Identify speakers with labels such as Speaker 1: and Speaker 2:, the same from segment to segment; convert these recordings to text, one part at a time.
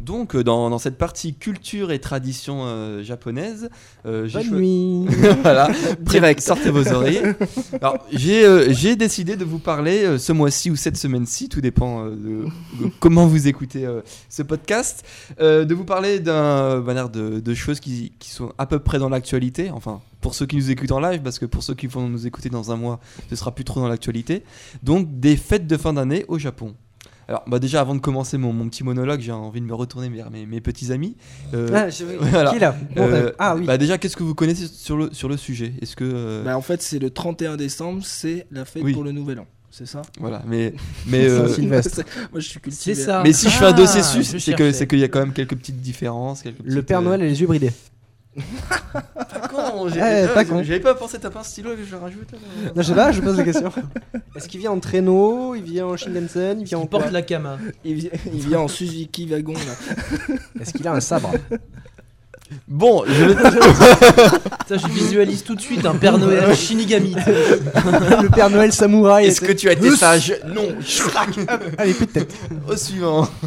Speaker 1: Donc, euh, dans, dans cette partie culture et tradition euh, japonaise, euh, j'ai choi-
Speaker 2: nuit
Speaker 1: voilà,
Speaker 2: Direct.
Speaker 1: Sortez vos oreilles. Alors, j'ai euh, j'ai décidé de vous parler euh, ce mois-ci ou cette semaine-ci, tout dépend euh, de, de comment vous écoutez euh, ce podcast, euh, de vous parler d'un euh, bah, l'air de, de choses qui, qui sont à peu près dans l'actualité. Enfin, pour ceux qui nous écoutent en live, parce que pour ceux qui vont nous écouter dans un mois, ce sera plus trop dans l'actualité. Donc, des fêtes de fin d'année au Japon. Alors, bah déjà, avant de commencer mon, mon petit monologue, j'ai envie de me retourner vers mes, mes petits amis. Euh,
Speaker 2: Ah, je-
Speaker 1: Voilà.
Speaker 2: qui est là Bon,
Speaker 1: Euh,
Speaker 2: euh, Ah oui
Speaker 1: bah déjà, qu'est-ce que vous connaissez sur le, sur le sujet Est-ce que euh,
Speaker 3: Bah, en fait, c'est le 31 décembre, c'est la fête
Speaker 1: Oui. Euh,
Speaker 3: pour le nouvel an. C'est ça
Speaker 1: voilà, mais mais
Speaker 2: Euh,
Speaker 1: euh,
Speaker 2: Sylvestre.
Speaker 3: Moi, je suis
Speaker 4: C'est
Speaker 3: cultivé.
Speaker 4: ça.
Speaker 1: mais si je fais un
Speaker 4: Ah,
Speaker 1: dossier sus,
Speaker 4: je
Speaker 1: c'est que
Speaker 4: cherchais.
Speaker 1: c'est qu'il y a quand même quelques petites différences. quelques
Speaker 4: Le
Speaker 1: petites,
Speaker 4: Père
Speaker 1: euh,
Speaker 4: Noël a les yeux bridés.
Speaker 1: Pas con, j'ai-
Speaker 2: Eh, pas con.
Speaker 1: J'avais pas pensé, t'as pas un stylo que je rajoute là
Speaker 2: Non, je sais pas, je pose la question. Est-ce qu'il vient en traîneau Il vient en Shinkansen Il vient en
Speaker 4: On
Speaker 2: quoi
Speaker 4: porte la cama.
Speaker 3: Il vient, il vient en Suzuki wagon là.
Speaker 2: Est-ce qu'il a un sabre
Speaker 1: Bon, je vais-
Speaker 4: Ça, je visualise tout de suite un Père Noël Shinigami.
Speaker 2: Le Père Noël samouraï
Speaker 1: est-ce que tu as été sage Non, chrac,
Speaker 2: Allez, plus de tête.
Speaker 1: au suivant.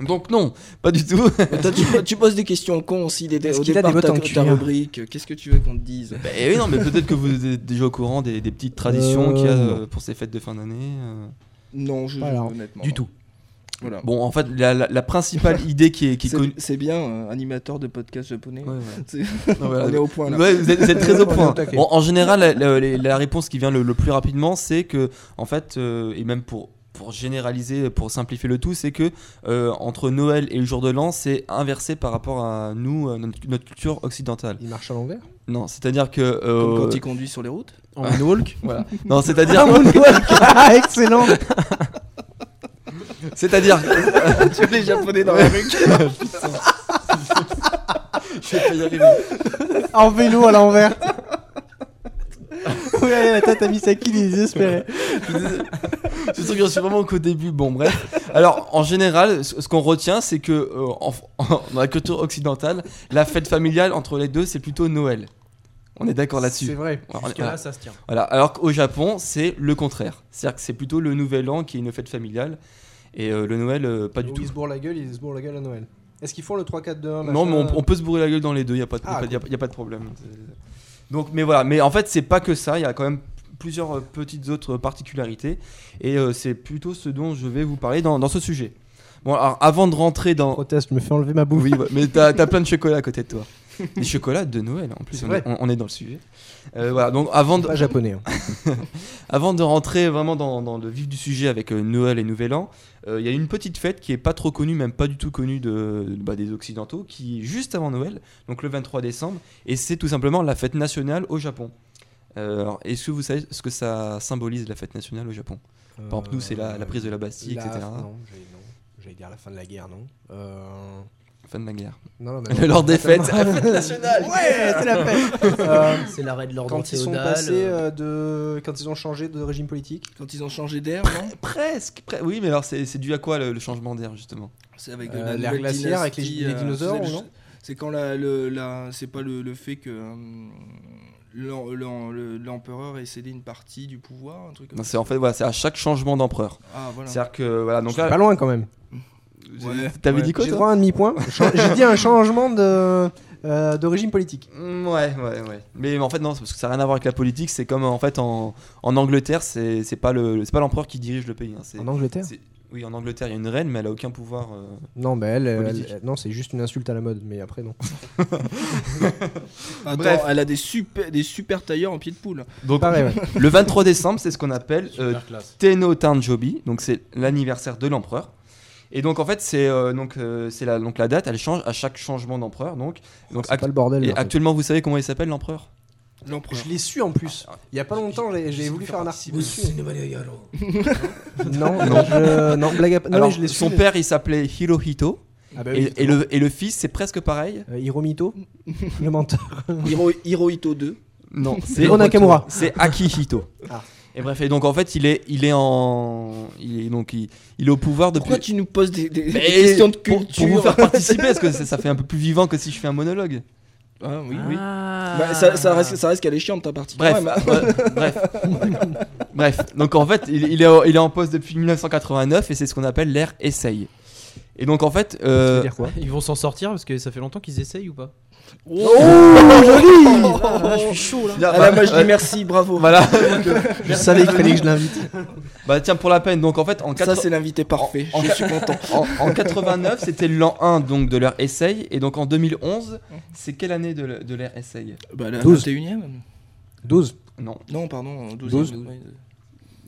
Speaker 1: Donc non, pas du tout.
Speaker 3: Mais toi, tu, tu poses des questions cons aussi. Des,
Speaker 2: Est-ce
Speaker 3: au
Speaker 2: qu'il a des
Speaker 3: départ,
Speaker 2: bottes
Speaker 3: ta-
Speaker 2: en
Speaker 3: ta
Speaker 2: cuir
Speaker 3: rubrique. euh, Qu'est-ce que tu veux qu'on te dise
Speaker 1: Bah, oui, non, mais peut-être que vous êtes déjà au courant des, des petites traditions
Speaker 4: Euh,
Speaker 1: qu'il y a
Speaker 4: non.
Speaker 1: euh, pour ces fêtes de fin d'année. euh.
Speaker 3: Non, je,
Speaker 2: Voilà.
Speaker 3: honnêtement.
Speaker 4: Du
Speaker 3: non.
Speaker 4: tout.
Speaker 3: Voilà.
Speaker 1: Bon, en fait, la, la- la principale idée qui est, qui est
Speaker 3: C'est-
Speaker 1: connue.
Speaker 3: c'est bien, euh, animateur de podcast japonais.
Speaker 1: Ouais, ouais.
Speaker 3: C'est-
Speaker 1: Non, voilà.
Speaker 3: On est au point là.
Speaker 1: Ouais, vous, êtes, vous êtes très au
Speaker 4: On est
Speaker 1: point.
Speaker 4: au taquet.
Speaker 1: Bon, en général, la, la- la- la réponse qui vient le, le plus rapidement, c'est que, en fait, euh, et même pour, pour généraliser, pour simplifier le tout, c'est que euh, entre Noël et le jour de l'an, c'est inversé par rapport à nous, à notre, notre culture occidentale.
Speaker 2: Il marche à l'envers
Speaker 1: Non, c'est-à-dire que.
Speaker 3: Comme
Speaker 1: euh,
Speaker 3: quand il conduit sur les routes.
Speaker 4: En moonwalk.
Speaker 1: voilà. Non, c'est-à-dire.
Speaker 2: Ah, excellent
Speaker 1: c'est-à-dire.
Speaker 3: tu les japonais dans la rue.
Speaker 1: Je vais pas y arriver.
Speaker 2: En vélo à l'envers Oui, allez, la tête à Misaki, il est désespéré.
Speaker 1: Ce truc, j'en suis vraiment qu'au début. Bon, bref. Alors, en général, ce ce qu'on retient, c'est que euh, en- dans la culture occidentale, la fête familiale entre les deux, c'est plutôt Noël. On est d'accord
Speaker 4: C'est
Speaker 1: là-dessus.
Speaker 4: vrai.
Speaker 1: Alors,
Speaker 4: Jusque
Speaker 1: voilà.
Speaker 4: là, ça se tient.
Speaker 1: Voilà. Alors qu'au Japon, c'est le contraire. C'est-à-dire que c'est plutôt le Nouvel An qui est une fête familiale et euh, le Noël, euh, pas du
Speaker 4: Où
Speaker 1: tout.
Speaker 4: ils
Speaker 2: Oh, se bourre la gueule, il se bourre la gueule à Noël. Est-ce qu'ils font le 3-4-2-1
Speaker 1: Non, mais
Speaker 2: euh,
Speaker 1: on, on peut se bourrer la gueule dans les deux. Il y a pas de,
Speaker 2: Ah,
Speaker 1: y a pas- y a pas- y a pas de problème. Donc, mais voilà. Mais en fait, c'est pas que ça. Il y a quand même plusieurs euh, petites autres particularités et euh, c'est plutôt ce dont je vais vous parler dans, dans ce sujet. Bon, alors avant de rentrer dans
Speaker 2: Proteste, je me fais enlever ma bouffe.
Speaker 1: Oui, ouais, mais t'as as plein de chocolats à côté de toi. Des chocolats de Noël, en plus,
Speaker 2: C'est
Speaker 1: on
Speaker 2: vrai.
Speaker 1: est, on- on est dans le sujet. Euh, voilà, donc avant de,
Speaker 2: Pas japonais. hein.
Speaker 1: avant de rentrer vraiment dans, dans le vif du sujet avec euh, Noël et Nouvel An, euh, il y a une petite fête qui est pas trop connue, même pas du tout connue de, de- bah, des Occidentaux, qui est juste avant Noël, donc le 23 décembre, et c'est tout simplement la fête nationale au Japon. Euh, alors, est-ce que vous savez ce que ça symbolise la fête nationale au Japon Par exemple, nous, c'est la, la prise de la Bastille,
Speaker 2: Euh, La-
Speaker 1: etc.
Speaker 2: Non, j'allais- non, j'allais dire la fin de la guerre, non Euh,
Speaker 1: Fin de la guerre.
Speaker 2: Non, non, mais non.
Speaker 1: Lors des fêtes.
Speaker 5: Eh,
Speaker 2: Ouais, c'est la fête Euh,
Speaker 4: C'est l'arrêt de l'ordre
Speaker 2: Quand ils sont
Speaker 4: féodal,
Speaker 2: passés
Speaker 4: euh,
Speaker 2: euh, de. Quand ils ont changé de régime politique
Speaker 3: Quand ils ont changé d'air, non
Speaker 1: Presque, pre- oui, mais alors c'est c'est dû à quoi le, le changement d'air justement
Speaker 3: C'est avec
Speaker 2: Euh,
Speaker 3: la
Speaker 2: l'ère
Speaker 3: nouvelle
Speaker 2: glaciaire avec les-
Speaker 3: dynastie,
Speaker 2: les
Speaker 3: euh,
Speaker 2: dinosaures,
Speaker 3: c'est-
Speaker 2: ou non
Speaker 3: C'est quand la, le, la- c'est pas le, le fait que hum, l'en- l'en- le- l'empereur ait cédé une partie du pouvoir, un truc comme
Speaker 1: Non, c'est en fait voilà, c'est à chaque changement d'empereur.
Speaker 3: ça. Ah voilà.
Speaker 1: C'est-à-dire que voilà, donc
Speaker 2: Je suis
Speaker 1: là,
Speaker 2: Pas loin quand même.
Speaker 3: Ouais.
Speaker 1: t'avais
Speaker 3: Ouais.
Speaker 1: dit quoi
Speaker 2: J'ai
Speaker 1: toi
Speaker 2: droit à un demi-point. Chan- J'ai dit un changement de euh, d'origine politique.
Speaker 1: Mm, Ouais, ouais, ouais. Mais en fait non, c'est parce que ça n'a rien à voir avec la politique. C'est comme en fait en, en Angleterre, c'est c'est pas le c'est pas l'empereur qui dirige le pays. hein, c'est-
Speaker 2: En Angleterre
Speaker 1: c'est- Oui, en Angleterre, il y a une reine, mais elle a aucun pouvoir. euh.
Speaker 2: Non, mais elle, elle-
Speaker 1: Politique.
Speaker 2: elle- non, c'est juste une insulte à la mode, mais après non.
Speaker 3: Attends,
Speaker 1: Bref.
Speaker 3: Ah, elle a des super, des super tailleurs en pied de poule.
Speaker 1: Donc
Speaker 2: Pareil, ouais.
Speaker 1: le 23 décembre, c'est ce qu'on appelle euh,
Speaker 4: super classe.
Speaker 1: Tenno Tanjobi, donc c'est l'anniversaire de l'empereur. Et donc en fait c'est euh, donc euh, c'est la donc la date elle change à chaque changement d'empereur donc donc
Speaker 6: C'est
Speaker 1: act-
Speaker 6: pas le bordel.
Speaker 1: et
Speaker 6: en fait.
Speaker 1: actuellement vous savez comment il s'appelle l'empereur
Speaker 3: L'empereur.
Speaker 5: Je l'ai su en plus.
Speaker 2: Ah,
Speaker 5: Il y a pas longtemps, j'ai- j'ai voulu faire un article dessus. Non,
Speaker 1: Non.
Speaker 5: je- non, blague à part. Non,
Speaker 1: Alors,
Speaker 5: mais je l'ai su,
Speaker 1: son
Speaker 5: mais-
Speaker 1: père il s'appelait Hirohito
Speaker 5: Ah bah oui,
Speaker 1: et, et le et le fils c'est presque pareil.
Speaker 5: euh, Hiromito, le menteur.
Speaker 3: Hiro- Hirohito 2.
Speaker 1: Non, c'est
Speaker 5: Hiro Nakamura.
Speaker 1: C'est Akihito.
Speaker 5: Ah.
Speaker 1: Et bref, et donc en fait, il est, il est en, il est donc il, il est au pouvoir depuis.
Speaker 3: Pourquoi tu nous poses des, des- des
Speaker 1: Mais
Speaker 3: questions de
Speaker 1: pour-
Speaker 3: culture
Speaker 1: Pour vous faire participer, parce que ça, ça fait un peu plus vivant que si je fais un monologue.
Speaker 3: Ah oui, oui.
Speaker 4: Ah.
Speaker 3: Bah, ça, ça reste, ça reste qu'elle est chiante ta partie.
Speaker 1: Bref,
Speaker 3: Ouais, bah,
Speaker 1: euh, bref, bref. Donc en fait, il, il est, en- il est en poste depuis 1989 et c'est ce qu'on appelle l'ère Essay. Et donc en fait,
Speaker 6: Ça veut
Speaker 1: euh,
Speaker 6: dire quoi
Speaker 4: Ils vont s'en sortir parce que ça fait longtemps qu'ils essayent ou pas
Speaker 1: Oh,
Speaker 3: Oh, je suis chaud là. Ah, là,
Speaker 1: bah,
Speaker 3: moi je
Speaker 1: ouais.
Speaker 3: dis merci, bravo.
Speaker 1: voilà.
Speaker 5: Je savais qu'il fallait que je l'invite.
Speaker 1: bah tiens pour la peine. Donc en fait, en
Speaker 3: Ça
Speaker 1: 80
Speaker 3: c'est l'invité parfait.
Speaker 1: en-
Speaker 3: je suis content.
Speaker 1: en, en 89, c'était l'an 1 donc de l'ère Essay. Et donc en 2011, c'est quelle année de, l'- de l'ère Essay
Speaker 3: Bah, la
Speaker 5: 12.
Speaker 3: 21ème
Speaker 5: 12,
Speaker 1: Non,
Speaker 3: Non, pardon, 12.
Speaker 5: 12.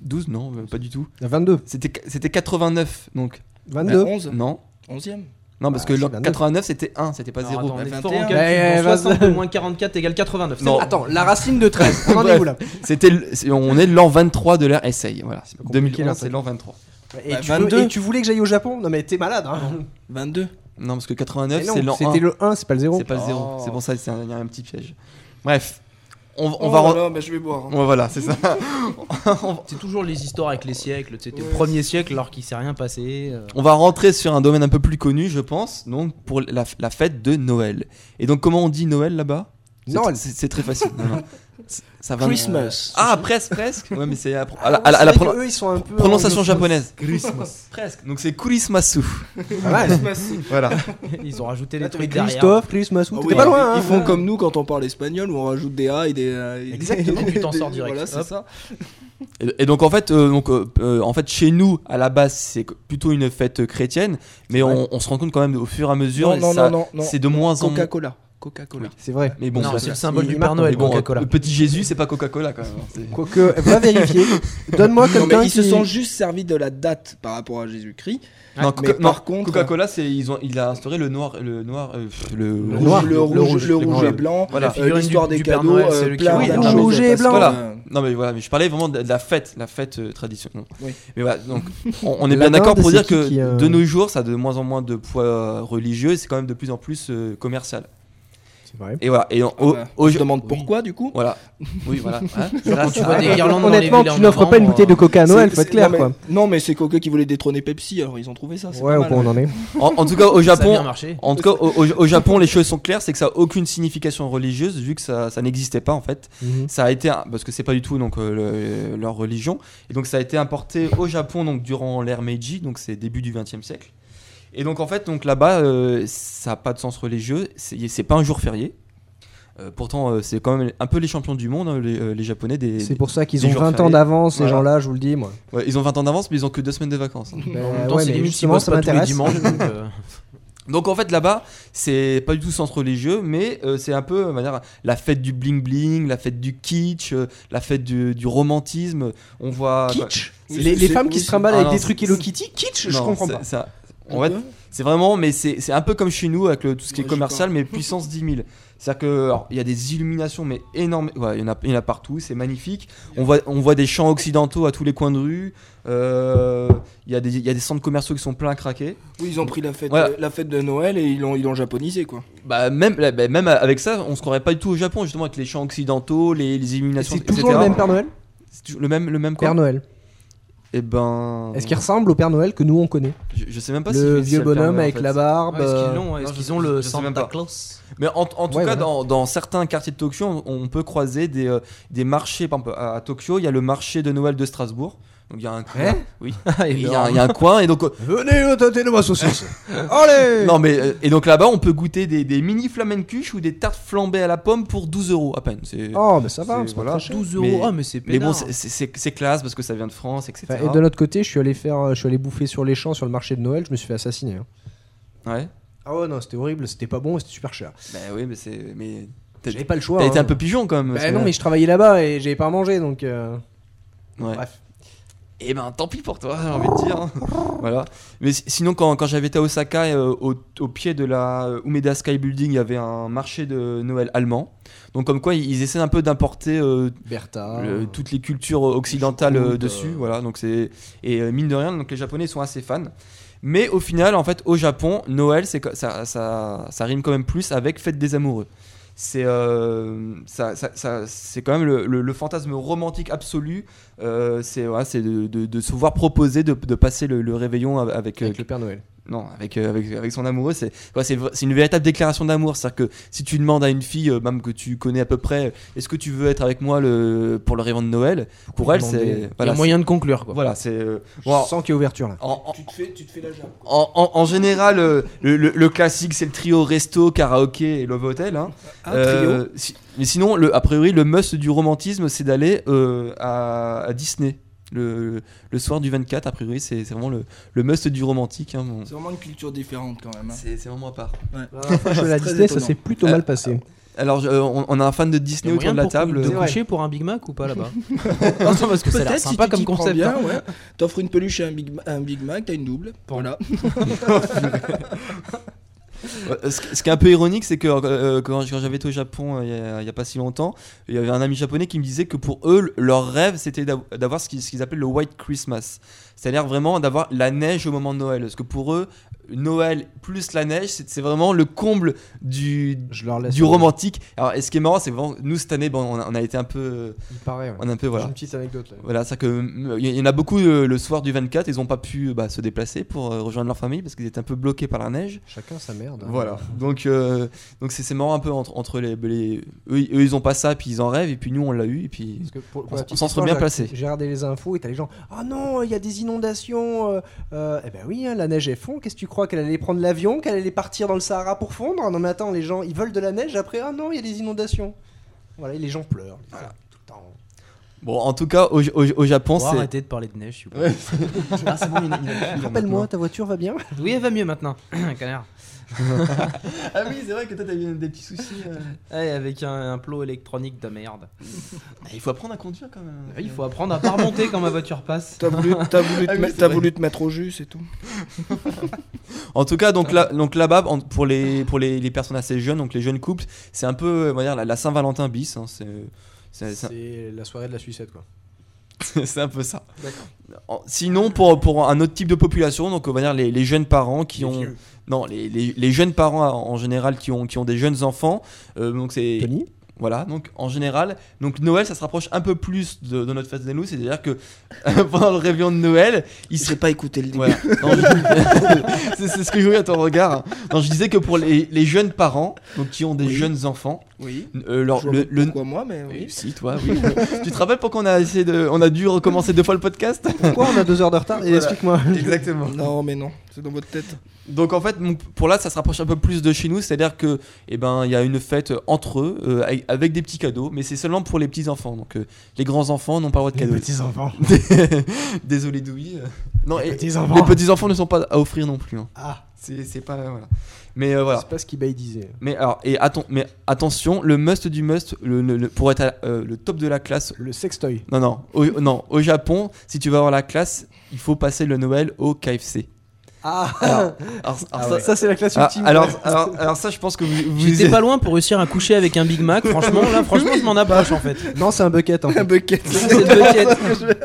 Speaker 1: 12 non, euh, pas du tout.
Speaker 5: 22,
Speaker 1: C'était c'était 89 donc.
Speaker 5: 22.
Speaker 3: 11
Speaker 1: Non.
Speaker 3: 11ème
Speaker 1: Non, parce
Speaker 5: Bah,
Speaker 1: que
Speaker 5: c'est
Speaker 1: l'an
Speaker 5: 29.
Speaker 1: 89 c'était 1, c'était pas
Speaker 4: Alors,
Speaker 1: 0.
Speaker 4: attends, on est
Speaker 3: Bah,
Speaker 4: fort
Speaker 3: 21.
Speaker 4: en
Speaker 5: Ouais,
Speaker 4: calcul.
Speaker 5: ouais,
Speaker 4: 60
Speaker 5: vas-y.
Speaker 4: moins 44 égale 89.
Speaker 1: Non.
Speaker 5: Attends, la racine de 13. On en est
Speaker 1: Bref.
Speaker 5: où là
Speaker 1: C'était le- c'est- on est l'an 23 de l'ère Essay, voilà.
Speaker 5: pas compliqué,
Speaker 1: 2011
Speaker 5: là,
Speaker 1: c'est l'an 23.
Speaker 5: et,
Speaker 3: Bah,
Speaker 5: tu veux-
Speaker 3: 22.
Speaker 5: et tu voulais que j'aille au Japon Non, mais t'es malade. Hein.
Speaker 3: 22.
Speaker 1: Non, parce que
Speaker 5: Mais
Speaker 1: 89
Speaker 5: non,
Speaker 1: c'est l'an 1.
Speaker 5: C'était le 1, c'est pas le 0.
Speaker 1: C'est pas le 0.
Speaker 3: Oh.
Speaker 1: C'est pour ça c'est un, il y a un petit piège. Bref, on, on
Speaker 3: Oh
Speaker 1: va
Speaker 3: là
Speaker 1: re-
Speaker 3: là, bah, je vais boire.
Speaker 1: Ouais, voilà, c'est ça.
Speaker 4: C'est toujours les histoires avec les siècles. C'était
Speaker 3: Ouais.
Speaker 4: au premier siècle alors qu'il s'est rien passé. euh.
Speaker 1: On va rentrer sur un domaine un peu plus connu, je pense, donc pour la, la fête de Noël. Et donc comment on dit Noël là-bas C'est-
Speaker 5: Noël.
Speaker 1: c'est c'est très facile. Non, non. C'est- Ça va
Speaker 3: Christmas.
Speaker 1: Ah, presque, presque. Ouais, mais c'est à, pro- à la- à la- à la
Speaker 5: C'est vrai
Speaker 1: pro-
Speaker 5: que eux, ils sont un peu
Speaker 1: prononciation
Speaker 5: anglophones.
Speaker 1: japonaise. Presque. Donc c'est Kurismasu.
Speaker 5: Pas mal.
Speaker 1: Voilà.
Speaker 4: Ils ont rajouté
Speaker 5: Là,
Speaker 4: les
Speaker 5: t'aurais
Speaker 4: trucs derrière.
Speaker 5: Christophe, Christmas,
Speaker 3: Ah
Speaker 5: t'es
Speaker 3: oui,
Speaker 5: pas loin.
Speaker 3: Ils
Speaker 5: hein.
Speaker 3: font comme nous quand on parle espagnol où on rajoute des A et des. euh, et des-
Speaker 4: Exactement, tu t'en
Speaker 3: des-
Speaker 4: sors direct.
Speaker 3: Voilà, c'est
Speaker 4: Hop.
Speaker 3: ça.
Speaker 1: Et, et donc en fait, euh, donc, euh, euh, en fait, chez nous, à la base, c'est plutôt une fête chrétienne, mais on, on se rend compte quand même au fur et à mesure,
Speaker 3: Non,
Speaker 1: et
Speaker 3: non,
Speaker 1: ça-
Speaker 3: non, non,
Speaker 1: c'est de moins en moins.
Speaker 3: Coca-Cola. Coca-Cola.
Speaker 5: C'est vrai.
Speaker 1: Mais bon,
Speaker 4: Non,
Speaker 1: ça-
Speaker 4: c'est le symbole
Speaker 5: il-
Speaker 4: du
Speaker 5: il
Speaker 4: Père
Speaker 5: marque,
Speaker 4: Noël,
Speaker 1: mais bon,
Speaker 4: Coca-Cola.
Speaker 1: le petit Jésus, c'est pas Coca-Cola quand même. C'est-
Speaker 5: Quoique, va vérifier. Donne-moi
Speaker 3: Non,
Speaker 5: quelqu'un
Speaker 3: mais ils
Speaker 5: qui
Speaker 3: se sont juste servis de la date par rapport à Jésus-Christ.
Speaker 1: Non,
Speaker 3: mais
Speaker 1: Coca-
Speaker 3: par
Speaker 1: non,
Speaker 3: contre-
Speaker 1: Coca-Cola, c'est ils ont, il a instauré le noir, le noir, euh, pff, le,
Speaker 5: Le
Speaker 1: rouge.
Speaker 5: noir.
Speaker 3: le rouge, le rouge,
Speaker 5: le rouge.
Speaker 3: et blanc.
Speaker 1: Voilà.
Speaker 3: euh,
Speaker 4: figurine
Speaker 3: L'histoire
Speaker 4: du-
Speaker 3: des
Speaker 4: du Père
Speaker 3: cadeaux,
Speaker 4: Noël,
Speaker 3: euh,
Speaker 4: c'est le
Speaker 3: plein
Speaker 4: qui-
Speaker 3: plein
Speaker 5: Oui,
Speaker 3: de
Speaker 5: rouge
Speaker 3: choses,
Speaker 5: et
Speaker 3: parce que,
Speaker 5: blanc.
Speaker 1: Voilà.
Speaker 3: euh,
Speaker 1: Non mais voilà, mais je parlais vraiment de la fête, la fête euh, traditionnelle.
Speaker 3: Oui.
Speaker 1: Mais voilà, donc on, on est
Speaker 5: La
Speaker 1: bien d'accord
Speaker 5: Dinde,
Speaker 1: pour
Speaker 5: c'est
Speaker 1: dire
Speaker 5: qui
Speaker 1: que
Speaker 5: qui, euh,
Speaker 1: de nos jours, ça a de moins en moins de poids euh, religieux, et c'est quand même de plus en plus euh, commercial.
Speaker 5: C'est vrai.
Speaker 1: Et voilà. Et on-
Speaker 3: Ah
Speaker 1: au-
Speaker 3: bah,
Speaker 1: au-
Speaker 3: Je demande pourquoi du coup
Speaker 1: Voilà. Oui, voilà. Hein,
Speaker 4: Quand tu vois des guirlandes dans les
Speaker 5: Honnêtement,
Speaker 4: villes en
Speaker 5: tu n'offres pas une
Speaker 4: novembre,
Speaker 5: bouteille de coca à Noël,
Speaker 3: C'est-
Speaker 5: faut être
Speaker 3: c'est-
Speaker 5: clair
Speaker 3: non,
Speaker 5: quoi.
Speaker 3: mais- Non, mais c'est Coca qui voulait détrôner Pepsi, alors ils ont trouvé ça. c'est
Speaker 5: Ouais,
Speaker 3: pas
Speaker 5: au
Speaker 3: mal, hein.
Speaker 5: point on en est.
Speaker 1: en, en tout cas, au
Speaker 4: Ça a bien
Speaker 1: Japon.
Speaker 4: marché.
Speaker 1: En tout cas, au, au- au Japon, les choses sont claires, c'est que ça a aucune signification religieuse, vu que ça, ça n'existait pas en fait.
Speaker 5: Mhm.
Speaker 1: Ça a été un- parce que c'est pas du tout donc euh, le- leur religion, et donc ça a été importé au Japon donc durant l'ère Meiji, donc c'est début du XXe siècle. Et donc en fait, donc là-bas, euh, ça a pas de sens religieux, c'est c'est pas un jour férié. Euh, pourtant, euh, c'est quand même un peu les champions du monde, hein, les, euh, les Japonais. Des,
Speaker 5: C'est pour ça qu'ils
Speaker 1: des
Speaker 5: ont
Speaker 1: jours
Speaker 5: 20 ans
Speaker 1: fériés.
Speaker 5: d'avance, ces
Speaker 1: Voilà.
Speaker 5: gens-là, je vous le dis moi.
Speaker 1: Ouais, ils ont 20 ans d'avance, mais ils ont que deux semaines de vacances. hein.
Speaker 5: Bah,
Speaker 4: En même temps,
Speaker 5: ouais,
Speaker 4: c'est
Speaker 5: mais
Speaker 4: limite qu'ils
Speaker 5: justement,
Speaker 4: bossent
Speaker 5: ça
Speaker 4: pas tous les
Speaker 5: m'intéresse.
Speaker 4: dimanches. donc, euh,
Speaker 1: Donc en fait là-bas, c'est pas du tout centre religieux, mais euh, c'est un peu euh, manière, la fête du bling bling, la fête du kitsch, euh, la fête du, du romantisme. On voit
Speaker 5: Kitsch
Speaker 3: Oui,
Speaker 5: Les,
Speaker 3: c'est-
Speaker 5: les
Speaker 3: c'est-
Speaker 5: femmes qui
Speaker 3: oui,
Speaker 5: se
Speaker 3: c'est-
Speaker 5: trimballent
Speaker 1: Ah
Speaker 5: avec
Speaker 1: non,
Speaker 5: des
Speaker 1: c'est-
Speaker 5: trucs Hello Kitty, kitsch, je
Speaker 1: Non,
Speaker 5: comprends
Speaker 1: c'est-
Speaker 5: pas.
Speaker 1: ça- en
Speaker 3: Ouais.
Speaker 1: fait, c'est vraiment, mais c'est c'est un peu comme chez nous avec le- tout ce qui
Speaker 3: Ouais,
Speaker 1: est
Speaker 3: je
Speaker 1: commercial, mais puissance 10 000. C'est-à-dire que alors, il y a des illuminations, mais énormes. Ouais, il, y en a, il y en a partout, c'est magnifique. On voit, on voit des champs occidentaux à tous les coins de rue. Euh, il, y a des, il y a des centres commerciaux qui sont pleins à craquer.
Speaker 3: Oui, ils ont pris la fête,
Speaker 1: Voilà.
Speaker 3: euh, la fête de Noël et ils l'ont, ils l'ont japonisé quoi.
Speaker 1: Bah même, là, bah, même avec ça, on se croirait pas du tout au Japon justement avec les champs occidentaux, les, les illuminations,
Speaker 5: C'est
Speaker 1: etc.
Speaker 5: toujours le même Père Noël
Speaker 1: C'est toujours le même, le même quoi
Speaker 5: Père Noël.
Speaker 1: Et ben.
Speaker 5: Est-ce qu'il ressemble au Père Noël que nous on connaît
Speaker 1: je, je sais même pas si
Speaker 5: Le
Speaker 1: si c'est
Speaker 5: vieux
Speaker 1: le Père
Speaker 5: bonhomme
Speaker 1: Noël, en
Speaker 5: avec
Speaker 1: fait. Ah,
Speaker 5: la barbe.
Speaker 4: ouais, Est-ce qu'ils
Speaker 5: euh,
Speaker 4: l'ont, est-ce
Speaker 1: bah, non,
Speaker 4: qu'ils
Speaker 1: je-
Speaker 4: ont le
Speaker 1: je sais même
Speaker 4: Santa
Speaker 1: pas.
Speaker 4: Claus
Speaker 1: Mais en, en tout
Speaker 5: Ouais,
Speaker 1: cas,
Speaker 5: voilà.
Speaker 1: dans, dans certains quartiers de Tokyo, on, on peut croiser des, euh, des marchés. Par exemple, à, à Tokyo, il y a le marché de Noël de Strasbourg. Donc il y a un coin. oui.
Speaker 5: Ah,
Speaker 1: Il y, a un- il y a un coin et donc. euh,
Speaker 5: Venez le tâter de ma saucisse Allez
Speaker 1: Non mais euh, et donc là-bas on peut goûter des, des mini flamencuches ou des tartes flambées à la pomme pour 12 euros à peine. C'est-
Speaker 5: Oh, mais ça va,
Speaker 1: C'est-
Speaker 5: c'est pas
Speaker 1: voilà.
Speaker 5: très cher.
Speaker 4: 12
Speaker 1: Mais-
Speaker 4: euros. Ah, mais c'est
Speaker 1: Mais bon,
Speaker 4: pénard.
Speaker 1: c'est- c'est c'est- c'est classe parce que ça vient de France, etc.
Speaker 5: Enfin, Et de l'autre côté, je suis allé faire, euh, je suis allé bouffer sur les champs, sur le marché de Noël, je me suis fait assassiner. hein.
Speaker 1: Ouais.
Speaker 5: Ah ouais, non, c'était horrible, c'était pas bon, et c'était super cher.
Speaker 1: Bah oui, mais c'est. Mais T'as-
Speaker 5: J'avais pas le choix.
Speaker 1: t'as été
Speaker 5: hein.
Speaker 1: un peu pigeon quand même.
Speaker 5: Bah
Speaker 1: parce que-
Speaker 5: non, mais je travaillais là-bas et j'avais pas à manger, donc. euh,
Speaker 1: Ouais.
Speaker 5: Bref.
Speaker 1: eh ben tant pis pour toi, j'ai envie de dire. voilà. Mais si- sinon, quand, quand j'avais été à Osaka, euh, au, au pied de la euh, Umeda Sky Building, il y avait un marché de Noël allemand. Donc, comme quoi, ils, ils essaient un peu d'importer euh,
Speaker 5: Bertha.
Speaker 1: le- toutes les cultures occidentales euh,
Speaker 5: Choucroute,
Speaker 1: dessus.
Speaker 5: euh.
Speaker 1: Voilà, donc c'est et euh, mine de rien, donc les Japonais sont assez fans. Mais au final, en fait, au Japon, Noël, c'est co- ça, ça, ça rime quand même plus avec fête des amoureux. C'est euh, ça, ça- ça- c'est quand même le, le- le fantasme romantique absolu. Euh, c'est voilà, c'est de, de, de se voir proposer de, de passer le, le réveillon av- avec, euh,
Speaker 5: Avec le Père Noël.
Speaker 1: non, avec, euh, avec, avec son amoureux, c'est ouais, c'est vra- c'est une véritable déclaration d'amour. C'est-à-dire que si tu demandes à une fille, euh, même que tu connais à peu près, euh, est-ce que tu veux être avec moi le, pour le réveillon de Noël Pour elle, c'est.
Speaker 4: Il y a
Speaker 1: Voilà,
Speaker 4: moyen de conclure
Speaker 1: c'est-
Speaker 4: quoi.
Speaker 1: voilà, c'est. euh,
Speaker 5: Je
Speaker 1: bon,
Speaker 5: sens qu'il y a ouverture là.
Speaker 1: en- en-
Speaker 3: Tu te fais, tu te fais la jappe.
Speaker 1: en, en- en général, euh, le, le- le classique, c'est le trio resto, karaoké et love hotel. hein. Euh, si- mais sinon, le, a priori, le must du romantisme, c'est d'aller euh, à, à Disney. Le, le soir du 24, a priori, c'est c'est vraiment le, le must du romantique. hein, bon.
Speaker 3: C'est vraiment une culture différente quand même. hein.
Speaker 1: C'est c'est vraiment à part.
Speaker 5: Je la
Speaker 3: très
Speaker 5: Disney, ça
Speaker 3: étonnant.
Speaker 5: s'est plutôt
Speaker 1: Euh,
Speaker 5: mal passé.
Speaker 1: Alors, je- euh, on, on a un fan de
Speaker 4: Il y
Speaker 1: Disney
Speaker 4: a
Speaker 1: autour
Speaker 4: moyen
Speaker 1: de la
Speaker 4: pour-
Speaker 1: table.
Speaker 4: de
Speaker 5: C'est vrai.
Speaker 4: coucher pour un Big Mac ou pas là-bas Non, non, parce que ça a l'air
Speaker 3: Peut-être
Speaker 4: sympa
Speaker 3: si tu
Speaker 4: comme
Speaker 3: t'y prends
Speaker 4: concept.
Speaker 3: bien,
Speaker 4: hein.
Speaker 3: ouais. T'offres une peluche et un Big, Ma- un Big Mac, t'as une double. Voilà.
Speaker 1: Ouais, Euh, ce, qui- ce qui est un peu ironique, c'est que euh, quand, quand j'avais été au Japon euh, il y a- il y, a pas si longtemps, il y avait un ami japonais qui me disait que pour eux, le- leur rêve, c'était d'av- d'avoir ce qu'ils ce qu'ils appellent le White Christmas. C'est-à-dire vraiment d'avoir la neige au moment de Noël. Parce que pour eux, Noël plus la neige, c'est c'est vraiment le comble du,
Speaker 5: Je leur laisse.
Speaker 1: du romantique. Alors, et ce qui est marrant, c'est que vraiment, nous, cette année, bon, on, a, on a été un peu. euh,
Speaker 5: Il paraît. ouais.
Speaker 1: On a un peu
Speaker 5: J'ai
Speaker 1: voilà.
Speaker 5: une petite anecdote là.
Speaker 1: Voilà, c'est que euh, il y en a beaucoup euh, le soir du 24, ils n'ont pas pu bah, se déplacer pour euh, rejoindre leur famille parce qu'ils étaient un peu bloqués par la neige.
Speaker 5: Chacun sa merde. hein.
Speaker 1: Voilà. Donc euh, donc c'est c'est marrant un peu entre, entre les, les- eux, ils- eux, ils ont pas ça puis ils en rêvent et puis nous on l'a eu et puis
Speaker 5: Parce que pour- pour
Speaker 1: On
Speaker 5: la
Speaker 1: s-
Speaker 5: petite
Speaker 1: on s'en serait
Speaker 5: histoire,
Speaker 1: bien
Speaker 5: j'ai-
Speaker 1: placé.
Speaker 5: J'ai regardé les infos et t'as les gens. Ah non, il y a des inondations. euh, euh, eh ben oui, hein, la neige est fond. Qu'est-ce que tu crois qu'elle allait prendre l'avion, qu'elle allait partir dans le Sahara pour fondre Non mais attends, les gens, ils veulent de la neige. Après, ah non, il y a des inondations. Voilà, et les gens pleurent. Tout le temps.
Speaker 1: bon en tout cas au, au- au Japon
Speaker 4: Bon,
Speaker 1: c'est
Speaker 4: arrêtez de parler de neige, s'il vous plaît.
Speaker 5: Ah c'est bon, il- il-
Speaker 1: hein,
Speaker 5: rappelle-moi, ta voiture va bien
Speaker 4: Oui, elle va mieux maintenant, canard.
Speaker 1: ah oui c'est vrai que toi t'as eu des petits soucis. euh.
Speaker 4: Ouais, Eh, avec un, un plot électronique de merde.
Speaker 1: Bah, Il faut apprendre à conduire quand même.
Speaker 4: Ouais, il faut apprendre à pas remonter quand ma voiture passe.
Speaker 3: T'as voulu, t'as voulu, te,
Speaker 1: Ah oui,
Speaker 3: met-
Speaker 1: c'est
Speaker 3: t'as
Speaker 1: vrai.
Speaker 3: voulu te mettre au jus, c'est tout.
Speaker 1: En tout cas, donc, là, donc là-bas, en- pour les, pour les, les personnes assez jeunes, donc les jeunes couples, c'est un peu, on va dire, la, la Saint-Valentin bis. hein, c'est, c'est- c'est un-
Speaker 5: C'est la soirée de la sucette quoi.
Speaker 1: c'est un peu ça.
Speaker 5: D'accord.
Speaker 1: En- Sinon, pour, pour un autre type de population, donc on va dire les, les jeunes parents qui
Speaker 5: Les
Speaker 1: ont.
Speaker 5: vieux.
Speaker 1: Non, les, les- les jeunes parents en en général qui ont, qui ont des jeunes enfants. euh, donc c'est.
Speaker 5: Tony
Speaker 1: Voilà, donc en général, donc Noël, ça se rapproche un peu plus de, de notre face des loups, c'est-à-dire que pendant le réveillon de Noël, il serait
Speaker 3: pas écouté le
Speaker 1: voilà. Non, je- c'est, c'est ce que je voyais à ton regard. hein. Non, je disais que pour les, les jeunes parents, donc qui ont des
Speaker 3: Oui.
Speaker 1: jeunes enfants,
Speaker 3: Oui.
Speaker 1: euh, leur-
Speaker 3: Je vois
Speaker 1: le, le-
Speaker 3: pourquoi moi, mais
Speaker 1: Oui,
Speaker 3: oui.
Speaker 1: si, toi, oui. tu te rappelles pourquoi on a essayé de, on a dû recommencer deux fois le podcast
Speaker 5: Pourquoi on a deux heures de retard Et
Speaker 1: Voilà.
Speaker 5: Explique-moi.
Speaker 1: Exactement.
Speaker 3: Non, mais non, c'est dans votre tête.
Speaker 1: Donc en fait, mon- pour là, ça se rapproche un peu plus de chez nous, c'est-à-dire que, eh ben, il y a une fête entre eux, euh, avec- avec des petits cadeaux, mais c'est seulement pour les petits enfants. Donc euh, les grands enfants n'ont pas le droit de cadeaux.
Speaker 5: enfants.
Speaker 1: Désolé, Douy. euh. Non, et-
Speaker 5: Petits
Speaker 1: les
Speaker 5: enfants.
Speaker 1: petits enfants ne sont pas à offrir non plus. hein.
Speaker 5: Ah,
Speaker 1: C'est, c'est pas voilà. Mais euh, voilà.
Speaker 5: c'est pas ce qu'Ibay disait.
Speaker 1: Mais alors, et atten- mais attention, le must du must, le, le- le- pour être à- euh, le top de la classe.
Speaker 5: Le sextoy.
Speaker 1: Non, non, au, non, au Japon, si tu veux avoir la classe, il faut passer le Noël au KFC.
Speaker 5: Ah,
Speaker 1: Alors, alors
Speaker 5: ça,
Speaker 1: ça,
Speaker 5: ça, c'est la classe
Speaker 1: ah,
Speaker 5: ultime.
Speaker 1: alors, alors- alors ça, je pense que vous, vous
Speaker 4: J'étais pas loin pour réussir à coucher avec un Big Mac, franchement, là, franchement, je m'en approche en fait.
Speaker 5: Non, c'est un bucket en fait.
Speaker 3: Un bucket.
Speaker 4: C'est de bucket.